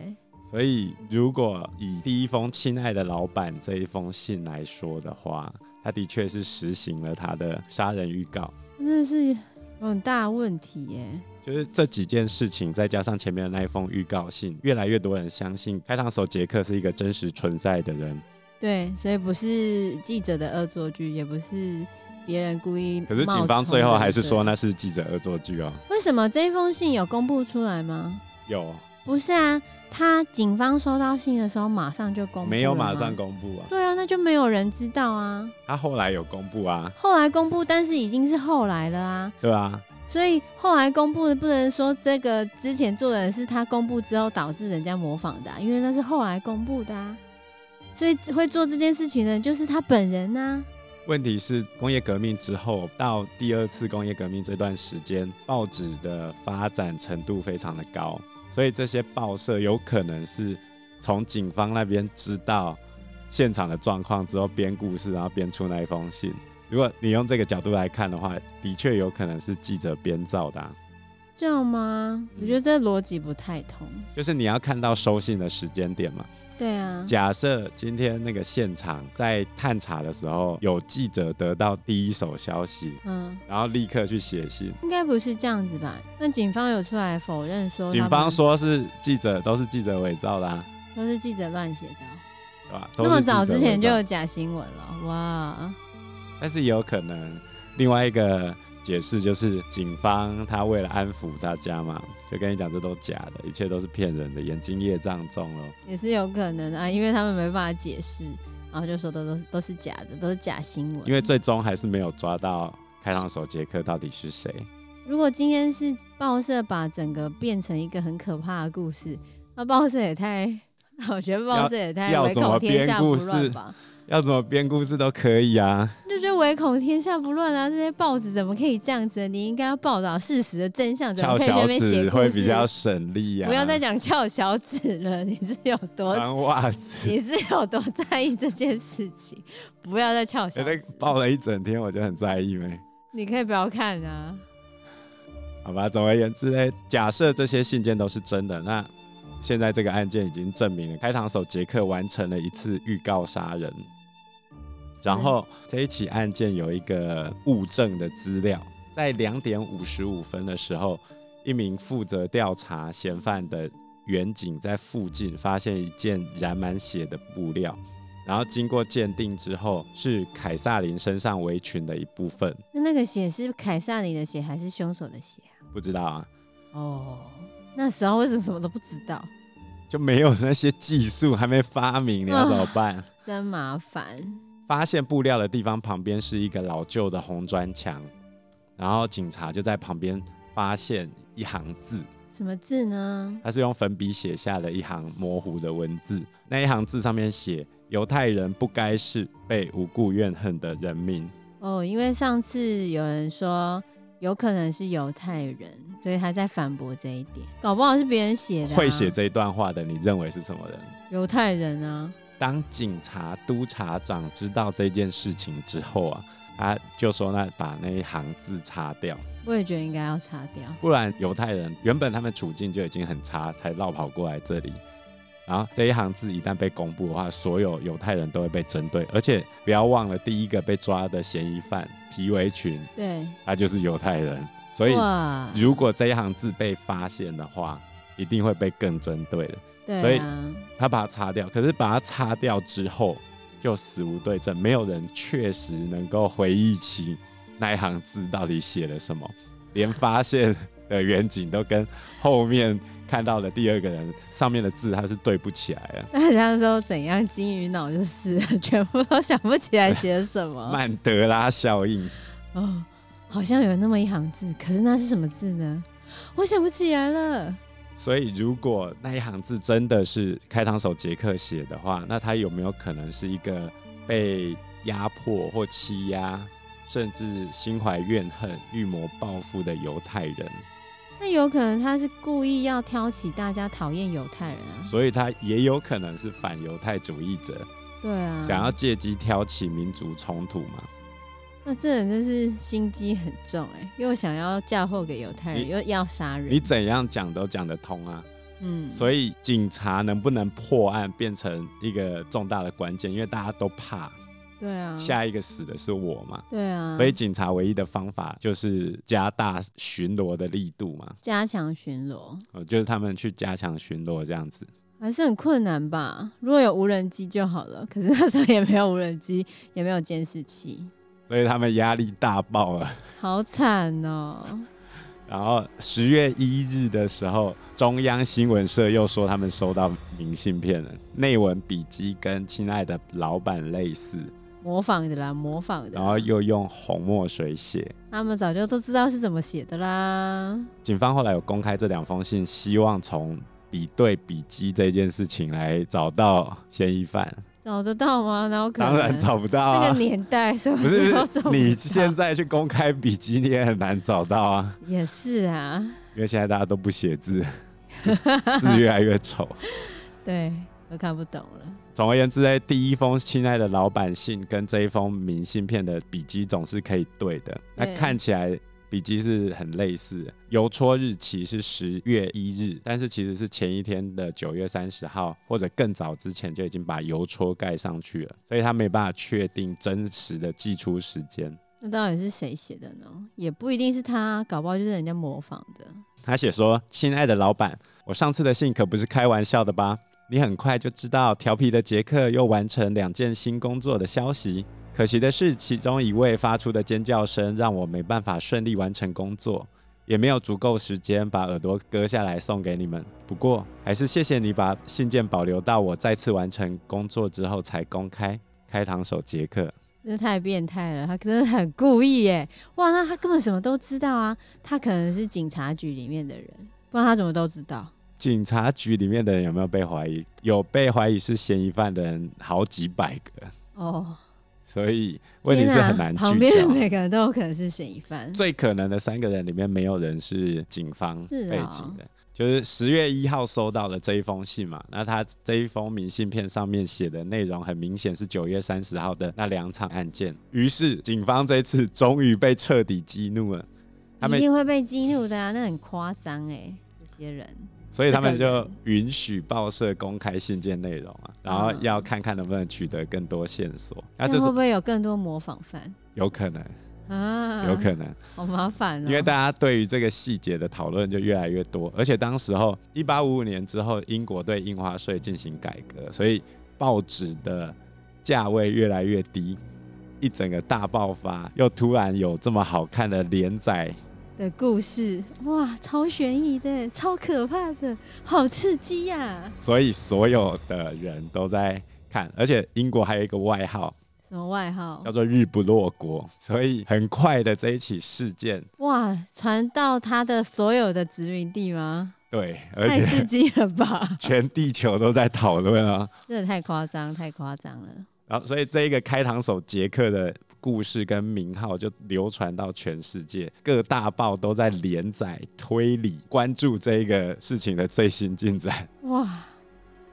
Speaker 4: 所以，如果以第一封“亲爱的老板”这一封信来说的话，他的确是实行了他的杀人预告。
Speaker 3: 真的是有很大的问题耶。
Speaker 4: 就是这几件事情，再加上前面的那一封预告信，越来越多人相信开膛手杰克是一个真实存在的人。
Speaker 3: 对，所以不是记者的恶作剧，也不是别人故意冒
Speaker 4: 可
Speaker 3: 充
Speaker 4: 是
Speaker 3: 的。
Speaker 4: 警方最后还是
Speaker 3: 对
Speaker 4: 说那是记者恶作剧哦。
Speaker 2: 为什么这一封信有公布出来吗？
Speaker 4: 有
Speaker 2: 不是啊，他警方收到信的时候马上就公布，
Speaker 4: 没有马上。公布啊？
Speaker 2: 对啊，那就没有人知道啊。
Speaker 4: 他后来有公布啊，
Speaker 2: 后来公布，但是已经是后来了啊，
Speaker 4: 对啊，
Speaker 2: 所以后来公布的不能说这个之前做的人是他公布之后导致人家模仿的啊、因为那是后来公布的啊。所以会做这件事情的人就是他本人啊呐、
Speaker 4: 问题是，工业革命之后到第二次工业革命这段时间，报纸的发展程度非常的高，所以这些报社有可能是从警方那边知道现场的状况之后编故事，然后编出那一封信。如果你用这个角度来看的话，的确有可能是记者编造的啊、
Speaker 2: 这样吗？
Speaker 4: 嗯
Speaker 2: 我觉得这逻辑不太通。
Speaker 4: 就是你要看到收信的时间点嘛。
Speaker 2: 对啊，
Speaker 4: 假设今天那个现场在探查的时候，有记者得到第一手消息，
Speaker 2: 嗯，
Speaker 4: 然后立刻去写信。
Speaker 2: 应该不是这样子吧？那警方有出来否认说，
Speaker 4: 警方说是记者，都是记者伪造的、啊，
Speaker 2: 都是记者乱写的哦，
Speaker 4: 对吧？
Speaker 2: 那么早
Speaker 4: 都
Speaker 2: 之
Speaker 4: 是记者
Speaker 2: 前就
Speaker 4: 伪
Speaker 2: 有
Speaker 4: 造，
Speaker 2: 假新闻了，哇！
Speaker 4: 但是也有可能另外一个解释就是警方他为了安抚大家嘛，就跟你讲这都假的，一切都是骗人的，眼睛业障重了。
Speaker 2: 也是有可能啊，因为他们没办法解释，然后就说都都是都是假的，都是假新闻。
Speaker 4: 因为最终还是没有抓到开膛手杰克到底是谁。
Speaker 2: 如果今天是报社把整个变成一个很可怕的故事，那报社也太， 我觉得报社也太
Speaker 4: 要
Speaker 2: 唯恐天下不
Speaker 4: 要怎么
Speaker 2: 乱
Speaker 4: 编故
Speaker 2: 吧，
Speaker 4: 要怎么编故事都可以啊，
Speaker 2: 就是唯恐天下不乱啊！这些报纸怎么可以这样子呢？你应该要报道事实的真相，怎么
Speaker 4: 翘
Speaker 2: 可以在那
Speaker 4: 小
Speaker 2: 边写
Speaker 4: 指
Speaker 2: 故
Speaker 4: 会
Speaker 2: 事
Speaker 4: 比？较省力啊。
Speaker 2: 不要再讲翘小指了，你是有 多
Speaker 4: 穿袜子，
Speaker 2: 你是有多在意这件事情？不要再翘小
Speaker 4: 哎那
Speaker 2: 指，
Speaker 4: 抱了一整天，我就很在意没。
Speaker 2: 你可以不要看啊。
Speaker 4: 好吧，总而言之呢，假设这些信件都是真的，那现在这个案件已经证明了开膛手杰克完成了一次预告杀人。然后这一起案件有一个物证的资料，在两点五十五分的时候，一名负责调查嫌犯的远警在附近发现一件染满血的布料，然后经过鉴定之后，是凯撒琳身上围裙的一部分，
Speaker 2: 那那个血是凯撒琳的血还是凶手的血啊、
Speaker 4: 不知道啊，
Speaker 2: 哦，那时候为什么什么都不知道？
Speaker 4: 就没有那些技术还没发明，你要怎么办？
Speaker 2: 真麻烦。
Speaker 4: 发现布料的地方旁边是一个老旧的红砖墙，然后警察就在旁边发现一行字，
Speaker 2: 什么字呢？
Speaker 4: 它是用粉笔写下的一行模糊的文字。那一行字上面写：“犹太人不该是被无故怨恨的人民。
Speaker 2: 哦，因为上次有人说有可能是犹太人，所以他在反驳这一点。搞不好是别人写的、啊，
Speaker 4: 会写这一段话的，你认为是什么人？
Speaker 2: 犹太人啊。
Speaker 4: 当警察督察长知道这件事情之后啊，他就说那把那一行字擦掉。
Speaker 2: 我也觉得应该要擦掉。
Speaker 4: 不然犹太人原本他们处境就已经很差，才绕跑过来这里。然后这一行字一旦被公布的话，所有犹太人都会被针对，而且不要忘了第一个被抓的嫌疑犯皮围裙，
Speaker 2: 对，
Speaker 4: 他就是犹太人。所以
Speaker 2: 哇，
Speaker 4: 如果这一行字被发现的话，一定会被更针对的。所
Speaker 2: 对
Speaker 4: 以
Speaker 2: 啊，
Speaker 4: 他把它擦掉，可是把它擦掉之后就死无对证，没有人确实能够回忆起那一行字到底写了什么，连发现的远景都跟后面看到的第二个人上面的字它是对不起来的。
Speaker 2: 大家都怎样金鱼脑就是了，全部都想不起来写什 么。
Speaker 4: 曼德拉效应，
Speaker 2: 哦，好像有那么一行字，可是那是什么字呢？我想不起来了。
Speaker 4: 所以如果那一行字真的是开膛手杰克写的话，那他有没有可能是一个被压迫或欺压，甚至心怀怨恨、预谋报复的犹太人？
Speaker 2: 那有可能他是故意要挑起大家讨厌犹太人啊？
Speaker 4: 所以他也有可能是反犹太主义者，
Speaker 2: 对啊，
Speaker 4: 想要借机挑起民族冲突嘛。
Speaker 2: 那这人真是心机很重哎、又想要嫁祸给犹太人，
Speaker 4: 你
Speaker 2: 又要杀人
Speaker 4: 你。怎样讲都讲得通啊。
Speaker 2: 嗯，
Speaker 4: 所以警察能不能破案变成一个重大的关键，因为大家都怕。
Speaker 2: 对啊，
Speaker 4: 下一个死的是我嘛。
Speaker 2: 对啊，
Speaker 4: 所以警察唯一的方法就是加大巡逻的力度嘛，
Speaker 2: 加强巡逻
Speaker 4: 呃就是他们去加强巡逻这样子。
Speaker 2: 还是很困难吧？如果有无人机就好了，可是那时候也没有无人机，也没有监视器，
Speaker 4: 所以他们压力大爆了。
Speaker 2: 好惨哦、
Speaker 4: 然后十月一日的时候，中央新闻社又说他们收到明信片了，内文笔记跟《亲爱的老板》类似，
Speaker 2: 模仿的啦，模仿的
Speaker 4: 然
Speaker 2: 啦。
Speaker 4: 后又用红墨水写。
Speaker 2: 他们早就都知道是怎么写的啦。
Speaker 4: 警方后来有公开这两封信，希望从比对笔迹这件事情来找到嫌疑犯，
Speaker 2: 找得到吗？然后可能
Speaker 4: 当然找不到
Speaker 2: 那
Speaker 4: 啊
Speaker 2: 个。年代什么
Speaker 4: 不是
Speaker 2: 时候找不到？
Speaker 4: 你现在去公开笔迹，你也很难找到啊，
Speaker 2: 也是啊，
Speaker 4: 因为现在大家都不写 字，字越来越丑。
Speaker 2: 对，都看不懂了。
Speaker 4: 总而言之，在第一封亲爱的老板信跟这一封明信片的笔迹总是可以对的。那看起来笔迹是很类似的，邮戳日期是十月一日，但是其实是前一天的九月三十号或者更早之前就已经把邮戳盖上去了，所以他没办法确定真实的寄出时间。
Speaker 2: 那到底是谁写的呢？也不一定是他，啊搞不好就是人家模仿的。
Speaker 4: 他写说：“亲爱的老板，我上次的信可不是开玩笑的吧？你很快就知道调皮的杰克又完成两件新工作的消息。可惜的是，其中一位发出的尖叫声让我没办法顺利完成工作，也没有足够时间把耳朵割下来送给你们。不过，还是谢谢你把信件保留到我再次完成工作之后才公开。开膛手杰克，
Speaker 2: 真的太变态了，他真的很故意耶！哇，那他根本什么都知道啊，他可能是警察局里面的人，不然他怎么都知道？
Speaker 4: 警察局里面的人有没有被怀疑？有被怀疑是嫌疑犯的人好几百个。”
Speaker 2: 哦，
Speaker 4: 所以问题是
Speaker 2: 天啊
Speaker 4: 很难
Speaker 2: 旁
Speaker 4: 聚
Speaker 2: 边的
Speaker 4: 焦。
Speaker 2: 每个人都有可能是嫌疑犯。
Speaker 4: 最可能的三个人里面，没有人是警方
Speaker 2: 是啊
Speaker 4: 背景的。就是十月一号收到了这一封信嘛，那他这一封明信片上面写的内容很明显是九月三十号的那两场案件。于是警方这次 终于被彻底激怒了，他
Speaker 6: 一
Speaker 4: 们
Speaker 6: 定会被激怒的啊，那很夸张哎，这些人
Speaker 4: 所以他们
Speaker 6: 这个
Speaker 4: 就允许报社公开信件内容啊，然后
Speaker 6: 嗯
Speaker 4: 要看看能不能取得更多线索。那
Speaker 6: 那
Speaker 4: 这
Speaker 6: 会
Speaker 4: 是
Speaker 6: 不会有更多模仿犯
Speaker 4: 有可能，
Speaker 2: 嗯
Speaker 6: 啊？
Speaker 4: 有可能。
Speaker 6: 好麻烦哦、
Speaker 4: 因为大家对于这个细节的讨论就越来越多，而且当时候一八五五年之后，英国对印花税进行改革，所以报纸的价位越来越低，一整个大爆发，又突然有这么好看的连载，
Speaker 2: 的故事，哇，超悬疑的，超可怕的，好刺激呀、
Speaker 4: 所以所有的人都在看，而且英国还有一个外号
Speaker 2: 什么外号
Speaker 4: 叫？做“日不落国”，所以很快的这一起事件，
Speaker 2: 哇，传到他的所有的殖民地吗？
Speaker 4: 对，而
Speaker 2: 太
Speaker 4: 且
Speaker 2: 刺激了吧！
Speaker 4: 全地球都在讨论啊。
Speaker 2: 真的太夸张，太夸张了。
Speaker 4: 然后，所以这一个开膛手杰克的故事跟名号就流传到全世界，各大报都在连载、推理、关注这一个事情的最新进展。
Speaker 2: 哇，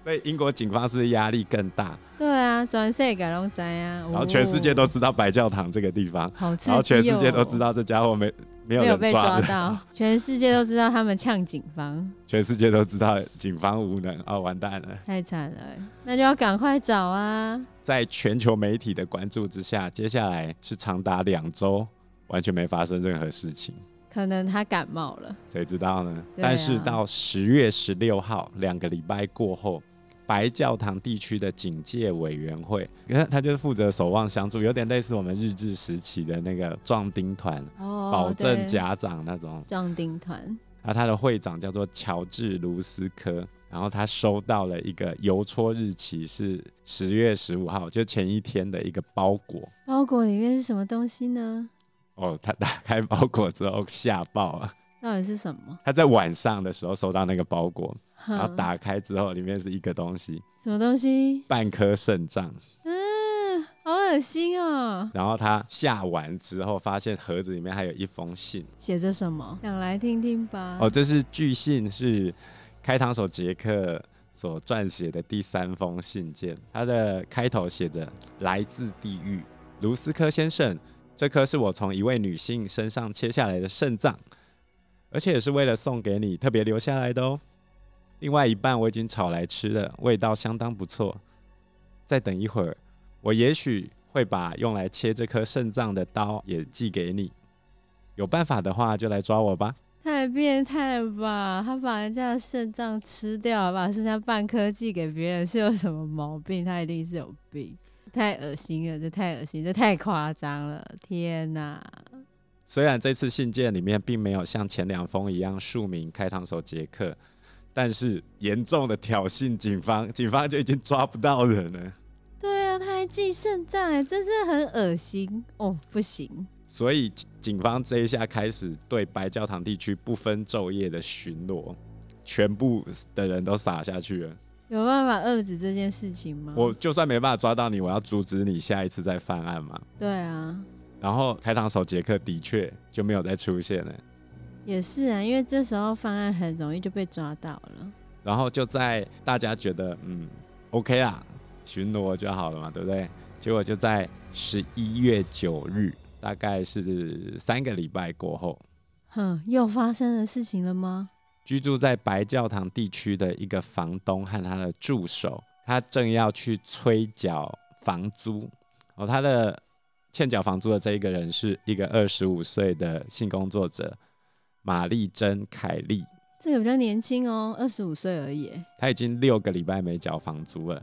Speaker 4: 所以英国警方是不是压力更大？
Speaker 2: 对啊，全世界拢知啊，
Speaker 4: 然后全世界都知道白教堂这个地方，
Speaker 2: 哦好刺激、哦，
Speaker 4: 然后全世界都知道这家伙没没有
Speaker 2: 没有
Speaker 4: 人
Speaker 2: 被
Speaker 4: 抓
Speaker 2: 抓
Speaker 4: 的，
Speaker 2: 到，全世界都知道他们呛警方，
Speaker 4: 全世界都知道警方无能哦，完蛋了。
Speaker 2: 太惨了欸，那就要赶快找啊！
Speaker 4: 在全球媒体的关注之下，接下来是长达两周完全没发生任何事情。
Speaker 2: 可能他感冒了，
Speaker 4: 谁知道呢？
Speaker 2: 对啊
Speaker 4: 但是到十月十六号，两个礼拜过后，白教堂地区的警戒委员会， 你看他就是负责守望相助，有点类似我们日治时期的那个壮丁团、
Speaker 2: 哦，
Speaker 4: 保证
Speaker 2: 对
Speaker 4: 家长那种。
Speaker 2: 壮丁团，
Speaker 4: 那他的会长叫做乔治·卢斯科，然后他收到了一个邮戳日期是十月十五号，就前一天的一个包裹。
Speaker 2: 包裹里面是什么东西呢？
Speaker 4: 哦，他打开包裹之后吓爆了。
Speaker 2: 到底是什么？
Speaker 4: 他在晚上的时候收到那个包裹，
Speaker 2: 哼
Speaker 4: 然后打开之后，里面是一个东西，
Speaker 2: 什么东西？
Speaker 4: 半颗肾脏。
Speaker 2: 嗯，好恶心哦！
Speaker 4: 然后他下完之后，发现盒子里面还有一封信。
Speaker 2: 写着什么？讲来听听吧。
Speaker 4: 哦，这是据信是开膛手杰克所撰写的第三封信件。它的开头写着“来自地狱，卢斯科先生，这颗是我从一位女性身上切下来的肾脏，而且也是为了送给你特别留下来的哦。另外一半我已经炒来吃了，味道相当不错。再等一会儿，我也许会把用来切这颗肾脏的刀也寄给你。有办法的话，就来抓我吧。
Speaker 2: 太变态了吧！他把人家的肾脏吃掉，把剩下半颗寄给别人，是有什么毛病？他一定是有病，太恶心了，这太恶心，这太夸张了！天哪！
Speaker 4: 虽然这次信件里面并没有像前两封一样署名开膛手杰克，但是严重的挑衅警方， 警方就已经抓不到人了。
Speaker 2: 对啊，他还寄肾脏，哎，真是很恶心哦，不行。
Speaker 4: 所以警方这一下开始对白教堂地区不分昼夜的巡逻，全部的人都撒下去了。
Speaker 2: 有办法遏制这件事情吗？
Speaker 4: 我就算没办法抓到你，我要阻止你下一次再犯案嘛。
Speaker 2: 对啊，
Speaker 4: 然后开膛手杰克的确就没有再出现了。
Speaker 2: 也是啊，因为这时候犯案很容易就被抓到了。
Speaker 4: 然后就在大家觉得嗯 OK 啦，巡逻就好了嘛，对不对？结果就在十一月九日，大概是三个礼拜过后，
Speaker 2: 哼，又发生了事情了吗？
Speaker 4: 居住在白教堂地区的一个房东和他的助手，他正要去催缴房租。哦，他的欠缴房租的这一个人是一个二十五岁的性工作者玛丽珍·凯利，
Speaker 2: 这个比较年轻哦，二十五岁而已耶。
Speaker 4: 他已经六个礼拜没缴房租了。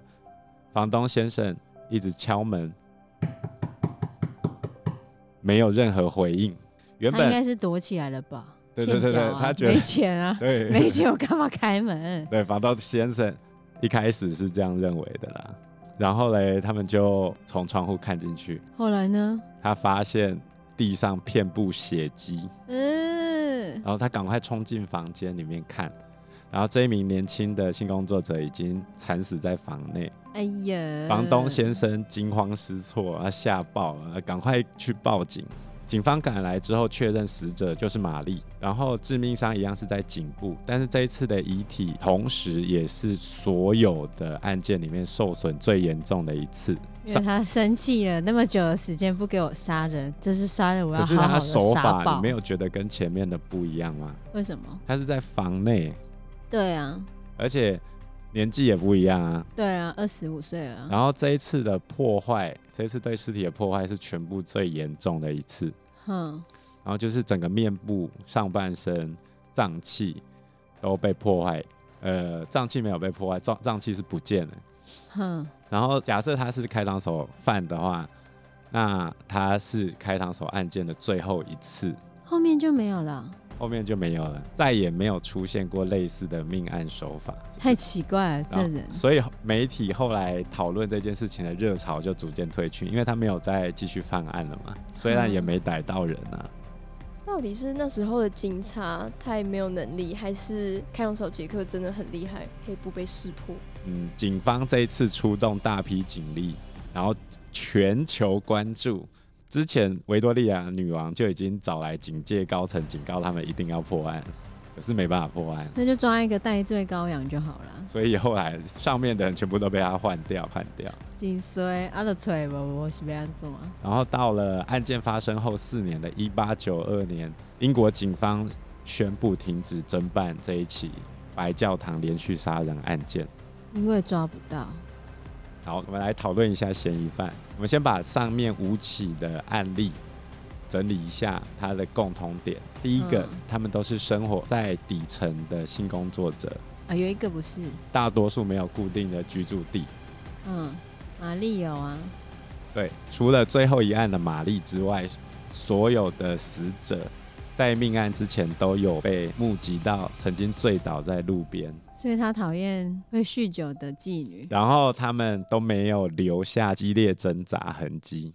Speaker 4: 房东先生一直敲门，没有任何回应。原
Speaker 2: 他应
Speaker 4: 本
Speaker 2: 该是躲起来了吧？
Speaker 4: 对对
Speaker 2: 欠
Speaker 4: 对
Speaker 2: 缴
Speaker 4: 对
Speaker 2: 啊、
Speaker 4: 他觉得
Speaker 2: 没钱啊，
Speaker 4: 对
Speaker 2: 没钱我干嘛开门？
Speaker 4: 对，房东先生一开始是这样认为的啦。然后嘞，他们就从窗户看进去，
Speaker 2: 后来呢？
Speaker 4: 他发现地上遍布血迹，
Speaker 2: 嗯，
Speaker 4: 然后他赶快冲进房间里面看，然后这一名年轻的性工作者已经惨死在房内。
Speaker 2: 哎呀，
Speaker 4: 房东先生惊慌失措，他吓爆了，啊赶快去报警。警方赶来之后，确认死者就是玛丽，然后致命伤一样是在颈部，但是这一次的遗体同时也是所有的案件里面受损最严重的一次。
Speaker 2: 因为他生气了，那么久的时间不给我杀人，这是杀人，我要
Speaker 4: 可是
Speaker 2: 好
Speaker 4: 他
Speaker 2: 好
Speaker 4: 的
Speaker 2: 的
Speaker 4: 手
Speaker 2: 杀
Speaker 4: 法，
Speaker 2: 爆。
Speaker 4: 你没有觉得跟前面的不一样吗？
Speaker 2: 为什么？
Speaker 4: 他是在房内，
Speaker 2: 对啊，
Speaker 4: 而且年纪也不一样啊。
Speaker 2: 对啊，二十五岁了，
Speaker 4: 然后这一次的破坏，这一次对尸体的破坏是全部最严重的一次。
Speaker 2: 哼，
Speaker 4: 然后就是整个面部、上半身、脏器都被破坏。呃，脏器没有被破坏，脏脏器是不见了。
Speaker 2: 哼，
Speaker 4: 然后假设他是开膛手犯的话，那他是开膛手案件的最后一次，
Speaker 2: 后面就没有了，
Speaker 4: 后面就没有了，再也没有出现过类似的命案手法。
Speaker 2: 太奇怪了，
Speaker 4: 然
Speaker 2: 这
Speaker 4: 后
Speaker 2: 人
Speaker 4: 所以媒体后来讨论这件事情的热潮就逐渐退去，因为他没有再继续犯案了嘛。虽然也没逮到人啊，
Speaker 1: 到底是那时候的警察太没有能力，还是开膛手杰克真的很厉害，可以不被识破？
Speaker 4: 嗯，警方这一次出动大批警力，然后全球关注。之前维多利亚女王就已经找来警界高层警告他们一定要破案，可是没办法破案，
Speaker 2: 那就抓一个戴罪羔羊就好了。
Speaker 4: 所以后来上面的人全部都被他换掉，换掉。
Speaker 2: 紧衰啊，就吹吧，我是要安怎啊？
Speaker 4: 然后到了案件发生后四年的1892年，英国警方宣布停止侦办这一起白教堂连续杀人案件。
Speaker 2: 因为抓不到。
Speaker 4: 好，我们来讨论一下嫌疑犯。我们先把上面五起的案例整理一下，它的共同点。第一个，
Speaker 2: 嗯
Speaker 4: 他们都是生活在底层的性工作者，
Speaker 2: 啊，有一个不是，
Speaker 4: 大多数没有固定的居住地。
Speaker 2: 嗯，玛丽有啊，
Speaker 4: 对，除了最后一案的玛丽之外，所有的死者在命案之前都有被目击到曾经醉倒在路边，
Speaker 2: 所以他讨厌会酗酒的妓女，
Speaker 4: 然后他们都没有留下激烈挣扎痕迹。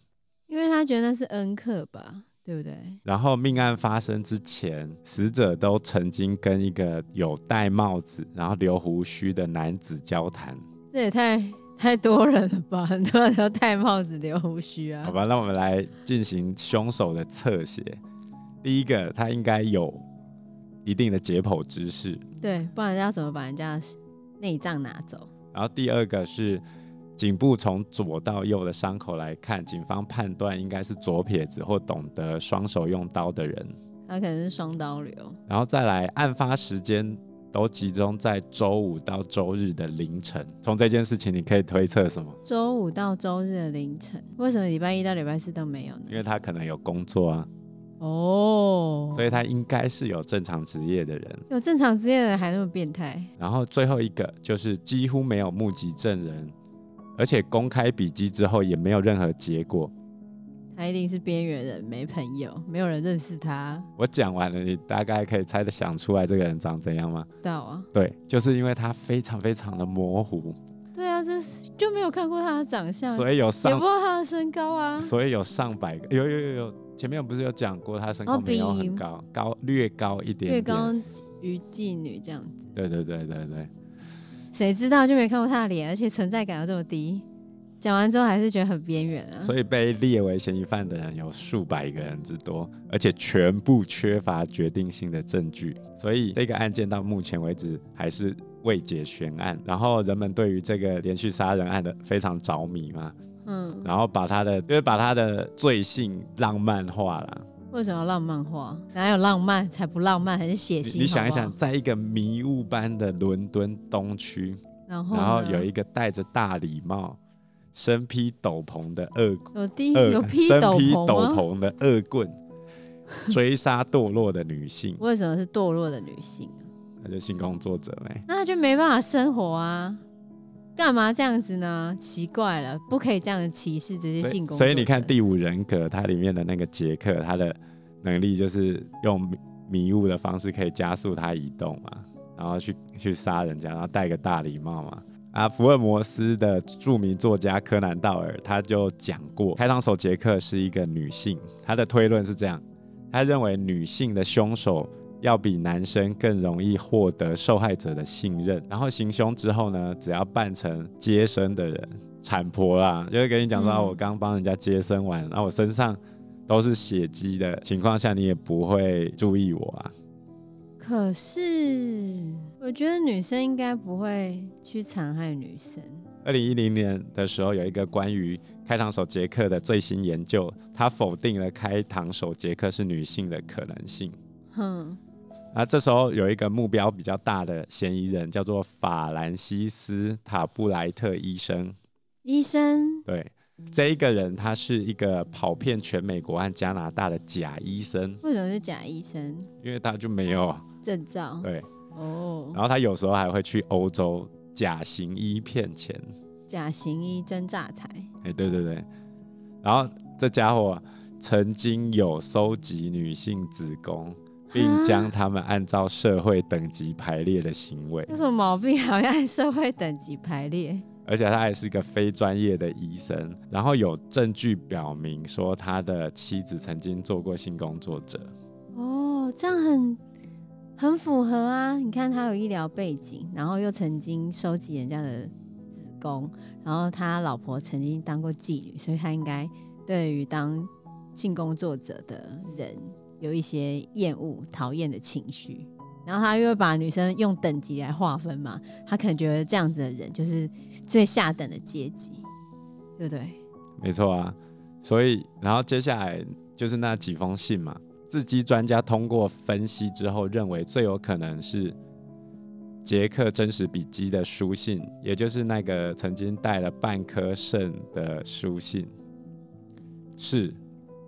Speaker 2: 因为他觉得那是恩客吧，对不对？
Speaker 4: 然后命案发生之前，死者都曾经跟一个有戴帽子然后留胡须的男子交谈。
Speaker 2: 这也太 太多人了吧， 很多人都戴帽子、留胡须啊
Speaker 4: 好。吧，那我们来进行凶手的侧写。第一个，他应该有一定的解剖知识。
Speaker 2: 对，不然人家怎么把人家的内脏拿走？
Speaker 4: 然后第二个是颈部从左到右的伤口来看，警方判断应该是左撇子或懂得双手用刀的人。
Speaker 2: 他可能是双刀流，
Speaker 4: 然后再来，案发时间都集中在周五到周日的凌晨。从这件事情，你可以推测什么？
Speaker 2: 周五到周日的凌晨，为什么礼拜一到礼拜四都没有呢？
Speaker 4: 因为他可能有工作啊，
Speaker 2: 哦，
Speaker 4: 所以他应该是有正常职业的人。
Speaker 2: 有正常职业的人还那么变态，
Speaker 4: 然后最后一个就是几乎没有目击证人，而且公开笔迹之后也没有任何结果。
Speaker 2: 他一定是边缘人，没朋友，没有人认识他，
Speaker 4: 我讲完了，你大概可以猜得想出来这个人长怎样吗？
Speaker 2: 不知道啊？
Speaker 4: 对，就是因为他非常非常的模糊，
Speaker 2: 对啊，这是就没有看过他的长相，
Speaker 4: 所以有
Speaker 2: 也不
Speaker 4: 上
Speaker 2: 知，道他的身高啊。
Speaker 4: 所以有上百个，有有有有，前面不是有讲过他身高
Speaker 7: 哦
Speaker 4: 没有
Speaker 7: 比
Speaker 4: 很高，高略高一点点，
Speaker 2: 月光与妓女这样子，
Speaker 4: 对对对对对，
Speaker 2: 谁知道就没看过他的脸，而且存在感又这么低。讲完之后还是觉得很边缘啊。
Speaker 4: 所以被列为嫌疑犯的人有数百个人之多，而且全部缺乏决定性的证据，所以这个案件到目前为止还是未解悬案。然后人们对于这个连续杀人案的非常着迷嘛，
Speaker 2: 嗯，
Speaker 4: 然后把他的就是把他的罪性浪漫化了。
Speaker 2: 为什么要浪漫化？哪有浪漫？才不浪漫，还是血腥
Speaker 4: 你你想一
Speaker 2: 好
Speaker 4: 想，
Speaker 2: 不
Speaker 4: 在一个迷雾般的伦敦东区，
Speaker 2: 好，然后
Speaker 4: 然后有
Speaker 2: 一
Speaker 4: 一个戴着大礼帽、身披斗篷的恶
Speaker 2: 有低
Speaker 4: 恶
Speaker 2: 有披
Speaker 4: 呃身
Speaker 2: 斗
Speaker 4: 披
Speaker 2: 篷啊
Speaker 4: 斗
Speaker 2: 吗？
Speaker 4: 篷的恶棍追杀堕落的女性，
Speaker 2: 为什么是堕落的女性啊？
Speaker 4: 那就性工作者呗。
Speaker 2: 那她就没办法生活啊。干嘛这样子呢？奇怪了，不可以这样歧视这些
Speaker 4: 所
Speaker 2: 性
Speaker 4: 以
Speaker 2: 工作
Speaker 4: 所以你看《
Speaker 2: 者
Speaker 4: 第五人格》，它里面的那个杰克，他的能力就是用迷迷雾的方式可以加速他移动嘛，然后去去杀人家，然后戴个大礼帽嘛。啊，福尔摩斯的著名作家柯南道尔他就讲过，开膛手杰克是一个女性，他的推论是这样，他认为女性的凶手要比男生更容易获得受害者的信任，然后行凶之后呢，只要扮成接生的人，产婆啦，就会跟你讲
Speaker 2: 嗯
Speaker 4: 说、啊，我刚帮人家接生完，啊然后我身上都是血迹的情况下，你也不会注意我啊。
Speaker 2: 可是，我觉得女生应该不会去残害女生。
Speaker 4: 二零一零年的时候，有一个关于开膛手杰克的最新研究，他否定了开膛手杰克是女性的可能性。
Speaker 2: 哼，
Speaker 4: 那这时候有一个目标比较大的嫌疑人，叫做法兰西斯·塔布莱特医生。
Speaker 2: 医生，
Speaker 4: 对，这一个人他是一个跑遍全美国和加拿大的假医生，
Speaker 2: 为什么是假医生
Speaker 4: 因为他就没有
Speaker 2: 证照？
Speaker 4: 对，
Speaker 2: 哦，
Speaker 4: 然后他有时候还会去欧洲假行医骗钱。
Speaker 2: 假行医真诈财。
Speaker 4: 哎、对对对，然后这家伙曾经有收集女性子宫，并将他们按照社会等级排列的行为
Speaker 2: 有，什么毛病？好像按社会等级排列。
Speaker 4: 而且他还是一个非专业的医生。然后有证据表明说，他的妻子曾经做过性工作者。
Speaker 2: 哦，这样很很符合啊！你看他有医疗背景，然后又曾经收集人家的子宫，然后他老婆曾经当过妓女，所以他应该对于当性工作者的人有一些厌恶、讨厌的情绪。然后他又会把女生用等级来划分嘛，他可能觉得这样子的人就是最下等的阶级，对不对？
Speaker 4: 没错啊，所以然后接下来就是那几封信嘛，自己专家通过分析之后认为最有可能是杰克真实笔记的书信，也就是那个曾经带了半颗肾的书信，是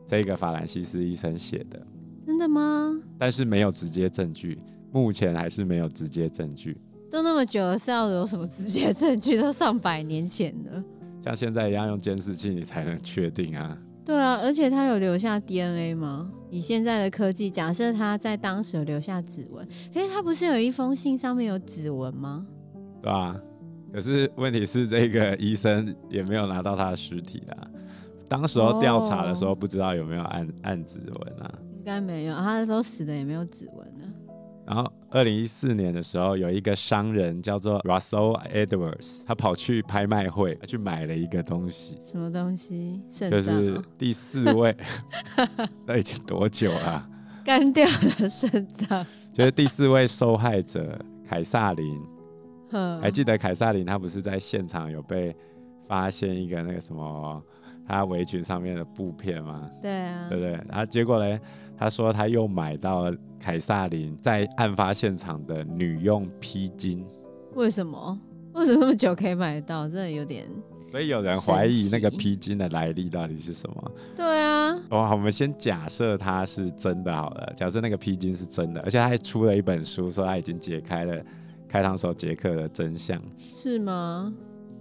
Speaker 4: 这个法兰西斯医生写的，
Speaker 2: 真的吗？
Speaker 4: 但是没有直接证据，目前还是没有直接证据。
Speaker 2: 都那么久了，是要有什么直接证据？都上百年前了。
Speaker 4: 像现在一样用监视器你才能确定啊，
Speaker 2: 对啊，而且他有留下 DNA 吗？以现在的科技，假设他在当时有留下指纹，诶，他不是有一封信上面有指纹吗？
Speaker 4: 对啊，可是问题是，这个医生也没有拿到他的尸体啦。当时候调查的时候，不知道有没有按按指纹啊。
Speaker 2: 应该没有，他都死了也没有指纹呢。
Speaker 4: 然后，二零一四年的时候，有一个商人叫做 Russell Edwards，他跑去拍卖会，他去买了一个东西，
Speaker 2: 什么东西？肾
Speaker 4: 就
Speaker 2: 脏、
Speaker 4: 是
Speaker 2: 哦？
Speaker 4: 第四位， 那已经多久了、啊
Speaker 2: 干掉 的肾脏？
Speaker 4: 就是第四位受害者凯撒琳，
Speaker 2: 哼嗯
Speaker 4: 还记得凯撒琳她不是在现场有被发现一个那个什么他围裙上面的布片嘛，
Speaker 2: 对啊
Speaker 4: 对，不对？然后结果嘞，他说他又买到凯撒琳在案发现场的女用披巾，
Speaker 2: 为什么？为什么那么久可以买得到？真的有点……
Speaker 4: 所以有人怀疑那
Speaker 2: 神
Speaker 4: 个
Speaker 2: 奇
Speaker 4: 披巾的来历到底是什么。
Speaker 2: 对啊，
Speaker 4: 哦，好，我们先假设它是真的好了。假设那个披巾是真的，而且他还出了一本书，说他已经解开了开膛手杰克的真相。
Speaker 2: 是吗？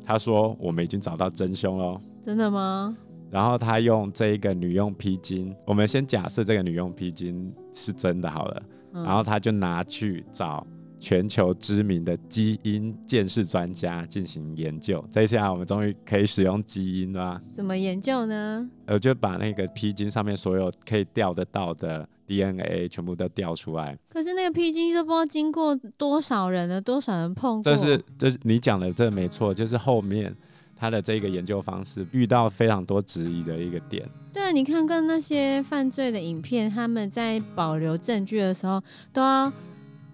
Speaker 4: 他说我们已经找到真凶喽。
Speaker 2: 真的吗？
Speaker 4: 然后他用这一个女用披巾，我们先假设这个女用披巾是真的好了，
Speaker 2: 嗯
Speaker 4: 然后他就拿去找全球知名的基因鉴识专家进行研究。这下我们终于可以使用基因啦。
Speaker 2: 怎么研究呢？
Speaker 4: 呃，就把那个披巾上面所有可以调得到的 DNA 全部都调出来。
Speaker 2: 可是那个披巾都不知道经过多少人了，多少人碰过，
Speaker 4: 这是这是你讲的，这没错，就是后面他的这个研究方式遇到非常多质疑的一个点。
Speaker 2: 对啊，你看看那些犯罪的影片，他们在保留证据的时候，都要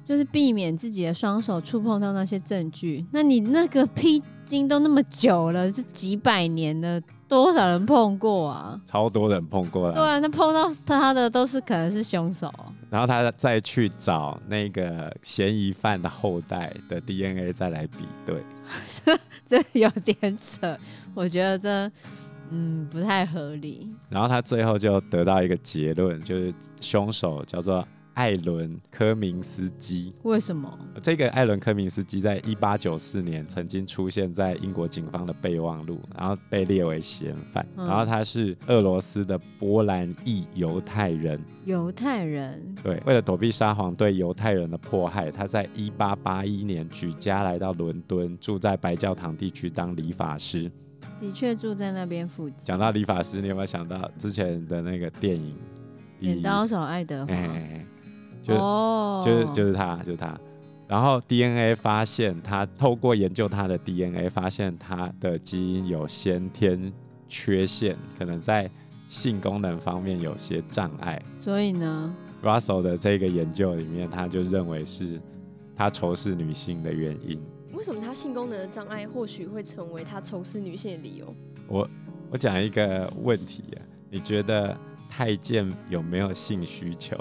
Speaker 2: 就是避免自己的双手触碰到那些证据。那你那个披巾都那么久了，是几百年了，多少人碰过啊？
Speaker 4: 超多人碰过了，
Speaker 2: 对啊，那碰到他的都是可能是凶手。
Speaker 4: 然后他再去找那个嫌疑犯的后代的 DNA 再来比对，
Speaker 2: 这有点扯，我觉得这嗯不太合理。
Speaker 4: 然后他最后就得到一个结论，就是凶手叫做艾伦·科明斯基。
Speaker 2: 为什么？
Speaker 4: 这个艾伦·科明斯基在一八九四年曾经出现在英国警方的备忘录，然后被列为嫌犯。
Speaker 2: 嗯
Speaker 4: 然后他是俄罗斯的波兰裔犹太人，
Speaker 2: 犹太人
Speaker 4: 对，为了躲避沙皇对犹太人的迫害，他在一八八一年举家来到伦敦，住在白教堂地区当理发师。
Speaker 2: 的确住在那边附近。
Speaker 4: 讲到理发师，你有没有想到之前的那个电影《
Speaker 2: 剪刀手爱德华，
Speaker 4: 哎、就
Speaker 2: 哦，
Speaker 4: 就是就是他，就是他。然后 DNA 发现他透过研究他的 DNA，发现他的基因有先天缺陷，可能在性功能方面有些障碍。
Speaker 2: 所以呢，
Speaker 4: Russell 的这个研究里面，他就认为是他仇视女性的原因。
Speaker 1: 为什么他性功能的障碍或许会成为他仇视女性的理由？
Speaker 4: 我讲一个问题、啊，你觉得太监有没有性需求？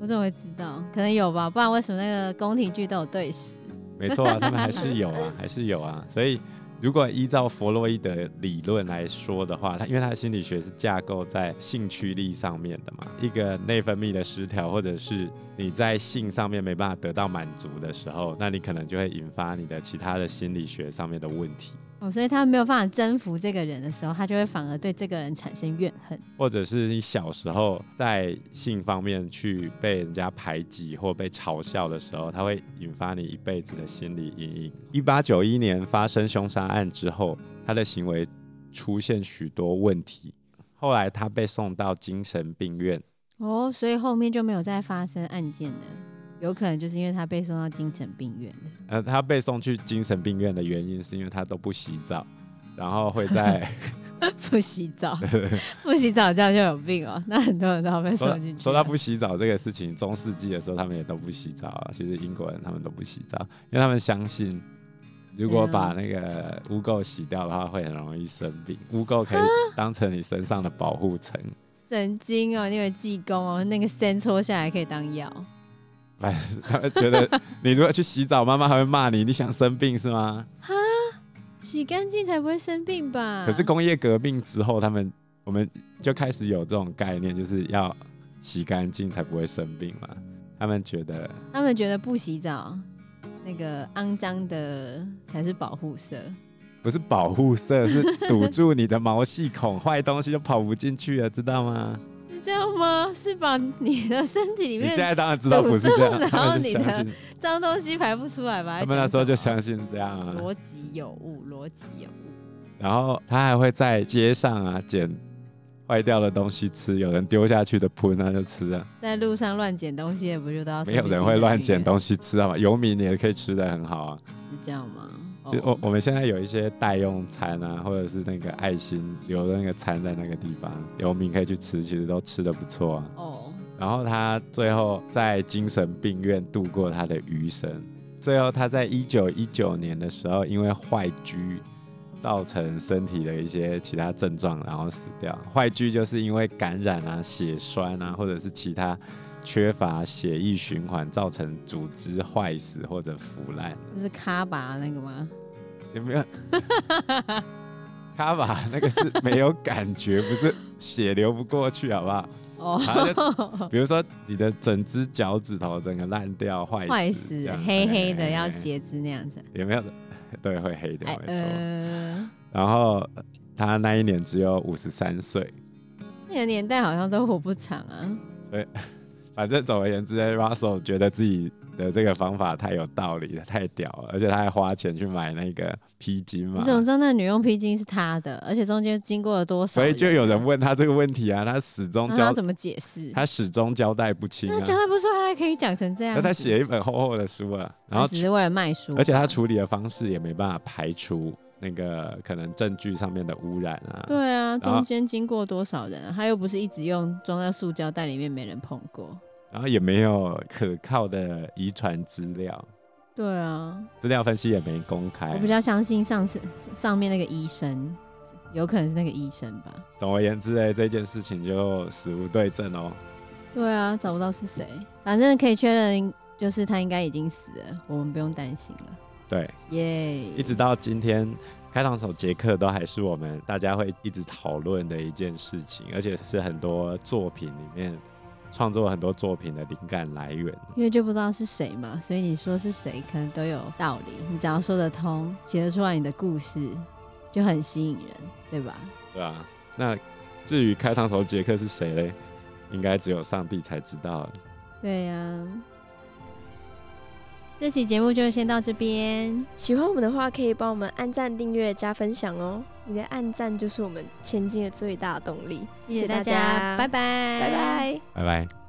Speaker 2: 我怎么会知道？可能有吧，不然为什么那个宫廷剧都有对视？
Speaker 4: 没错啊，他们还是有啊，还是有啊。所以，如果依照弗洛伊德理论来说的话，他因为他的心理学是架构在性驱力上面的嘛，一个内分泌的失调，或者是你在性上面没办法得到满足的时候，那你可能就会引发你的其他的心理学上面的问题，
Speaker 2: 哦，所以他没有办法征服这个人的时候，他就会反而对这个人产生怨恨。
Speaker 4: 或者是你小时候在性方面去被人家排挤或被嘲笑的时候，它会引发你一辈子的心理阴影。一八九一年发生凶杀案之后，他的行为出现许多问题，后来他被送到精神病院。
Speaker 2: 哦，所以后面就没有再发生案件了。有可能就是因为他被送到精神病院 了。
Speaker 4: 呃，他被送去精神病院的原因是因为他都不洗澡，然后会在
Speaker 2: 不洗 澡，不洗澡这样就有病哦。那很多人都要被
Speaker 4: 说到
Speaker 2: 送进去。
Speaker 4: 说到不洗澡这个事情，中世纪的时候他们也都不洗澡啊。其实英国人他们都不洗澡，因为他们相信，如果
Speaker 2: 对啊
Speaker 4: 把那个污垢洗掉的话，会很容易生病。污垢
Speaker 2: 啊
Speaker 4: 可以当成你身上的保护层。
Speaker 2: 神经哦，你以为济公哦，那个线搓下来可以当药。
Speaker 4: 他们觉得你如果去洗澡，妈妈还会骂你，你想生病是吗？
Speaker 2: 洗干净才不会生病吧？
Speaker 4: 可是工业革命之后，他们我们就开始有这种概念，就是要洗干净才不会生病嘛。他们觉得
Speaker 2: 他们觉得不洗澡，那个肮脏的才是保护色。
Speaker 4: 不是保护色，是堵住你的毛细孔，坏东西就跑不进去了，知道吗？
Speaker 2: 是这样吗？是把你的身体里
Speaker 4: 你
Speaker 2: 面
Speaker 4: 现在当然知道不是这
Speaker 2: 堵住
Speaker 4: 样，他们就
Speaker 2: 然
Speaker 4: 相
Speaker 2: 后
Speaker 4: 信，
Speaker 2: 脏东西排不出 来吧？
Speaker 4: 他们那时候就
Speaker 2: 想
Speaker 4: 相信这样啊。
Speaker 2: 逻辑有误，逻辑有误。
Speaker 4: 然后他还会在街上啊捡坏掉的东西吃，有人丢下去的喷他就吃啊，
Speaker 2: 在路上乱捡东西的不就都要
Speaker 4: 没有人会乱捡
Speaker 2: 西
Speaker 4: 东西吃好啊吗？游民也可以吃的很好啊。
Speaker 2: 是这样吗？
Speaker 4: 就
Speaker 2: 哦
Speaker 4: 我我们现在有一些代用餐啊，或者是那个爱心留的那个餐在那个地方，游民可以去吃，其实都吃的不错啊。
Speaker 2: 哦，
Speaker 4: 然后他最后在精神病院度过他的余生。最后，他在一九一九年的时候，因为坏疽造成身体的一些其他症状，然后死掉。坏疽就是因为感染啊、血栓啊，或者是其他缺乏血液循环，造成组织坏死或者腐烂。
Speaker 2: 就是卡巴那个吗？
Speaker 4: 有没有？卡瓦那个是没有感觉，不是血流不过去，好不好？
Speaker 2: 哦，
Speaker 4: 反正 就比如说你的整只脚趾头整个烂掉、坏
Speaker 2: 坏
Speaker 4: 死
Speaker 2: 死
Speaker 4: 这样、，
Speaker 2: 黑黑
Speaker 4: 哎
Speaker 2: 的要截肢那样子。
Speaker 4: 有没 有？对，会黑的，
Speaker 2: 哎
Speaker 4: 没错。
Speaker 2: 呃，
Speaker 4: 然后他那一年只有五十三岁，
Speaker 2: 那个年代好像都活不长啊。
Speaker 4: 反正总而言之，Russell 觉得自己的这个方法太有道理了，太屌了，而且他还花钱去买那个披巾嘛
Speaker 2: 你。怎么知道那个女佣披巾是他的？而且中间经过了多少？啊
Speaker 4: 所以就有人，问他这个问题啊，他始终
Speaker 2: 那
Speaker 4: 交
Speaker 2: 他怎么解释？
Speaker 4: 他始终交代不清
Speaker 2: 那
Speaker 4: 啊。
Speaker 2: 交代不出来，还可以讲成这样
Speaker 4: 那
Speaker 2: 子。
Speaker 4: 他写一本厚厚的书啊，然后
Speaker 2: 他只是为了卖书，
Speaker 4: 而且他处理的方式也没办法排除那个可能证据上面的污染啊。
Speaker 2: 对啊，
Speaker 4: 然后
Speaker 2: 中间经过多少人啊？他又不是一直用装在塑胶袋里面，没人碰过。
Speaker 4: 然后也没有可靠的遗传资料，
Speaker 2: 对啊，
Speaker 4: 资料分析也没公开
Speaker 2: 我。比较相信上次上面那个医生，有可能是那个医生吧？
Speaker 4: 总而言之呢，这件事情就死无对证哦。
Speaker 2: 对啊，找不到是谁，反正可以确认就是他应该已经死了，我们不用担心了。
Speaker 4: 对，
Speaker 2: 耶、
Speaker 4: 一直到今天，开膛手杰克都还是我们大家会一直讨论的一件事情，而且是很多作品里面创作很多作品的灵感来源。
Speaker 2: 因为就不知道是谁嘛，所以你说是谁可能都有道理。你只要说得通，写得出来你的故事，就很吸引人，对吧？
Speaker 4: 对啊，那至于开膛手杰克是谁嘞，应该只有上帝才知道了。
Speaker 2: 对呀、这期节目就先到这边，
Speaker 1: 喜欢我们的话，可以帮我们按赞、订阅、加分享哦。你的按赞就是我们前进的最大动力。
Speaker 2: 谢谢大
Speaker 1: 谢谢大
Speaker 2: 家，
Speaker 1: 家
Speaker 2: 拜拜，
Speaker 1: 拜拜。
Speaker 4: 拜拜。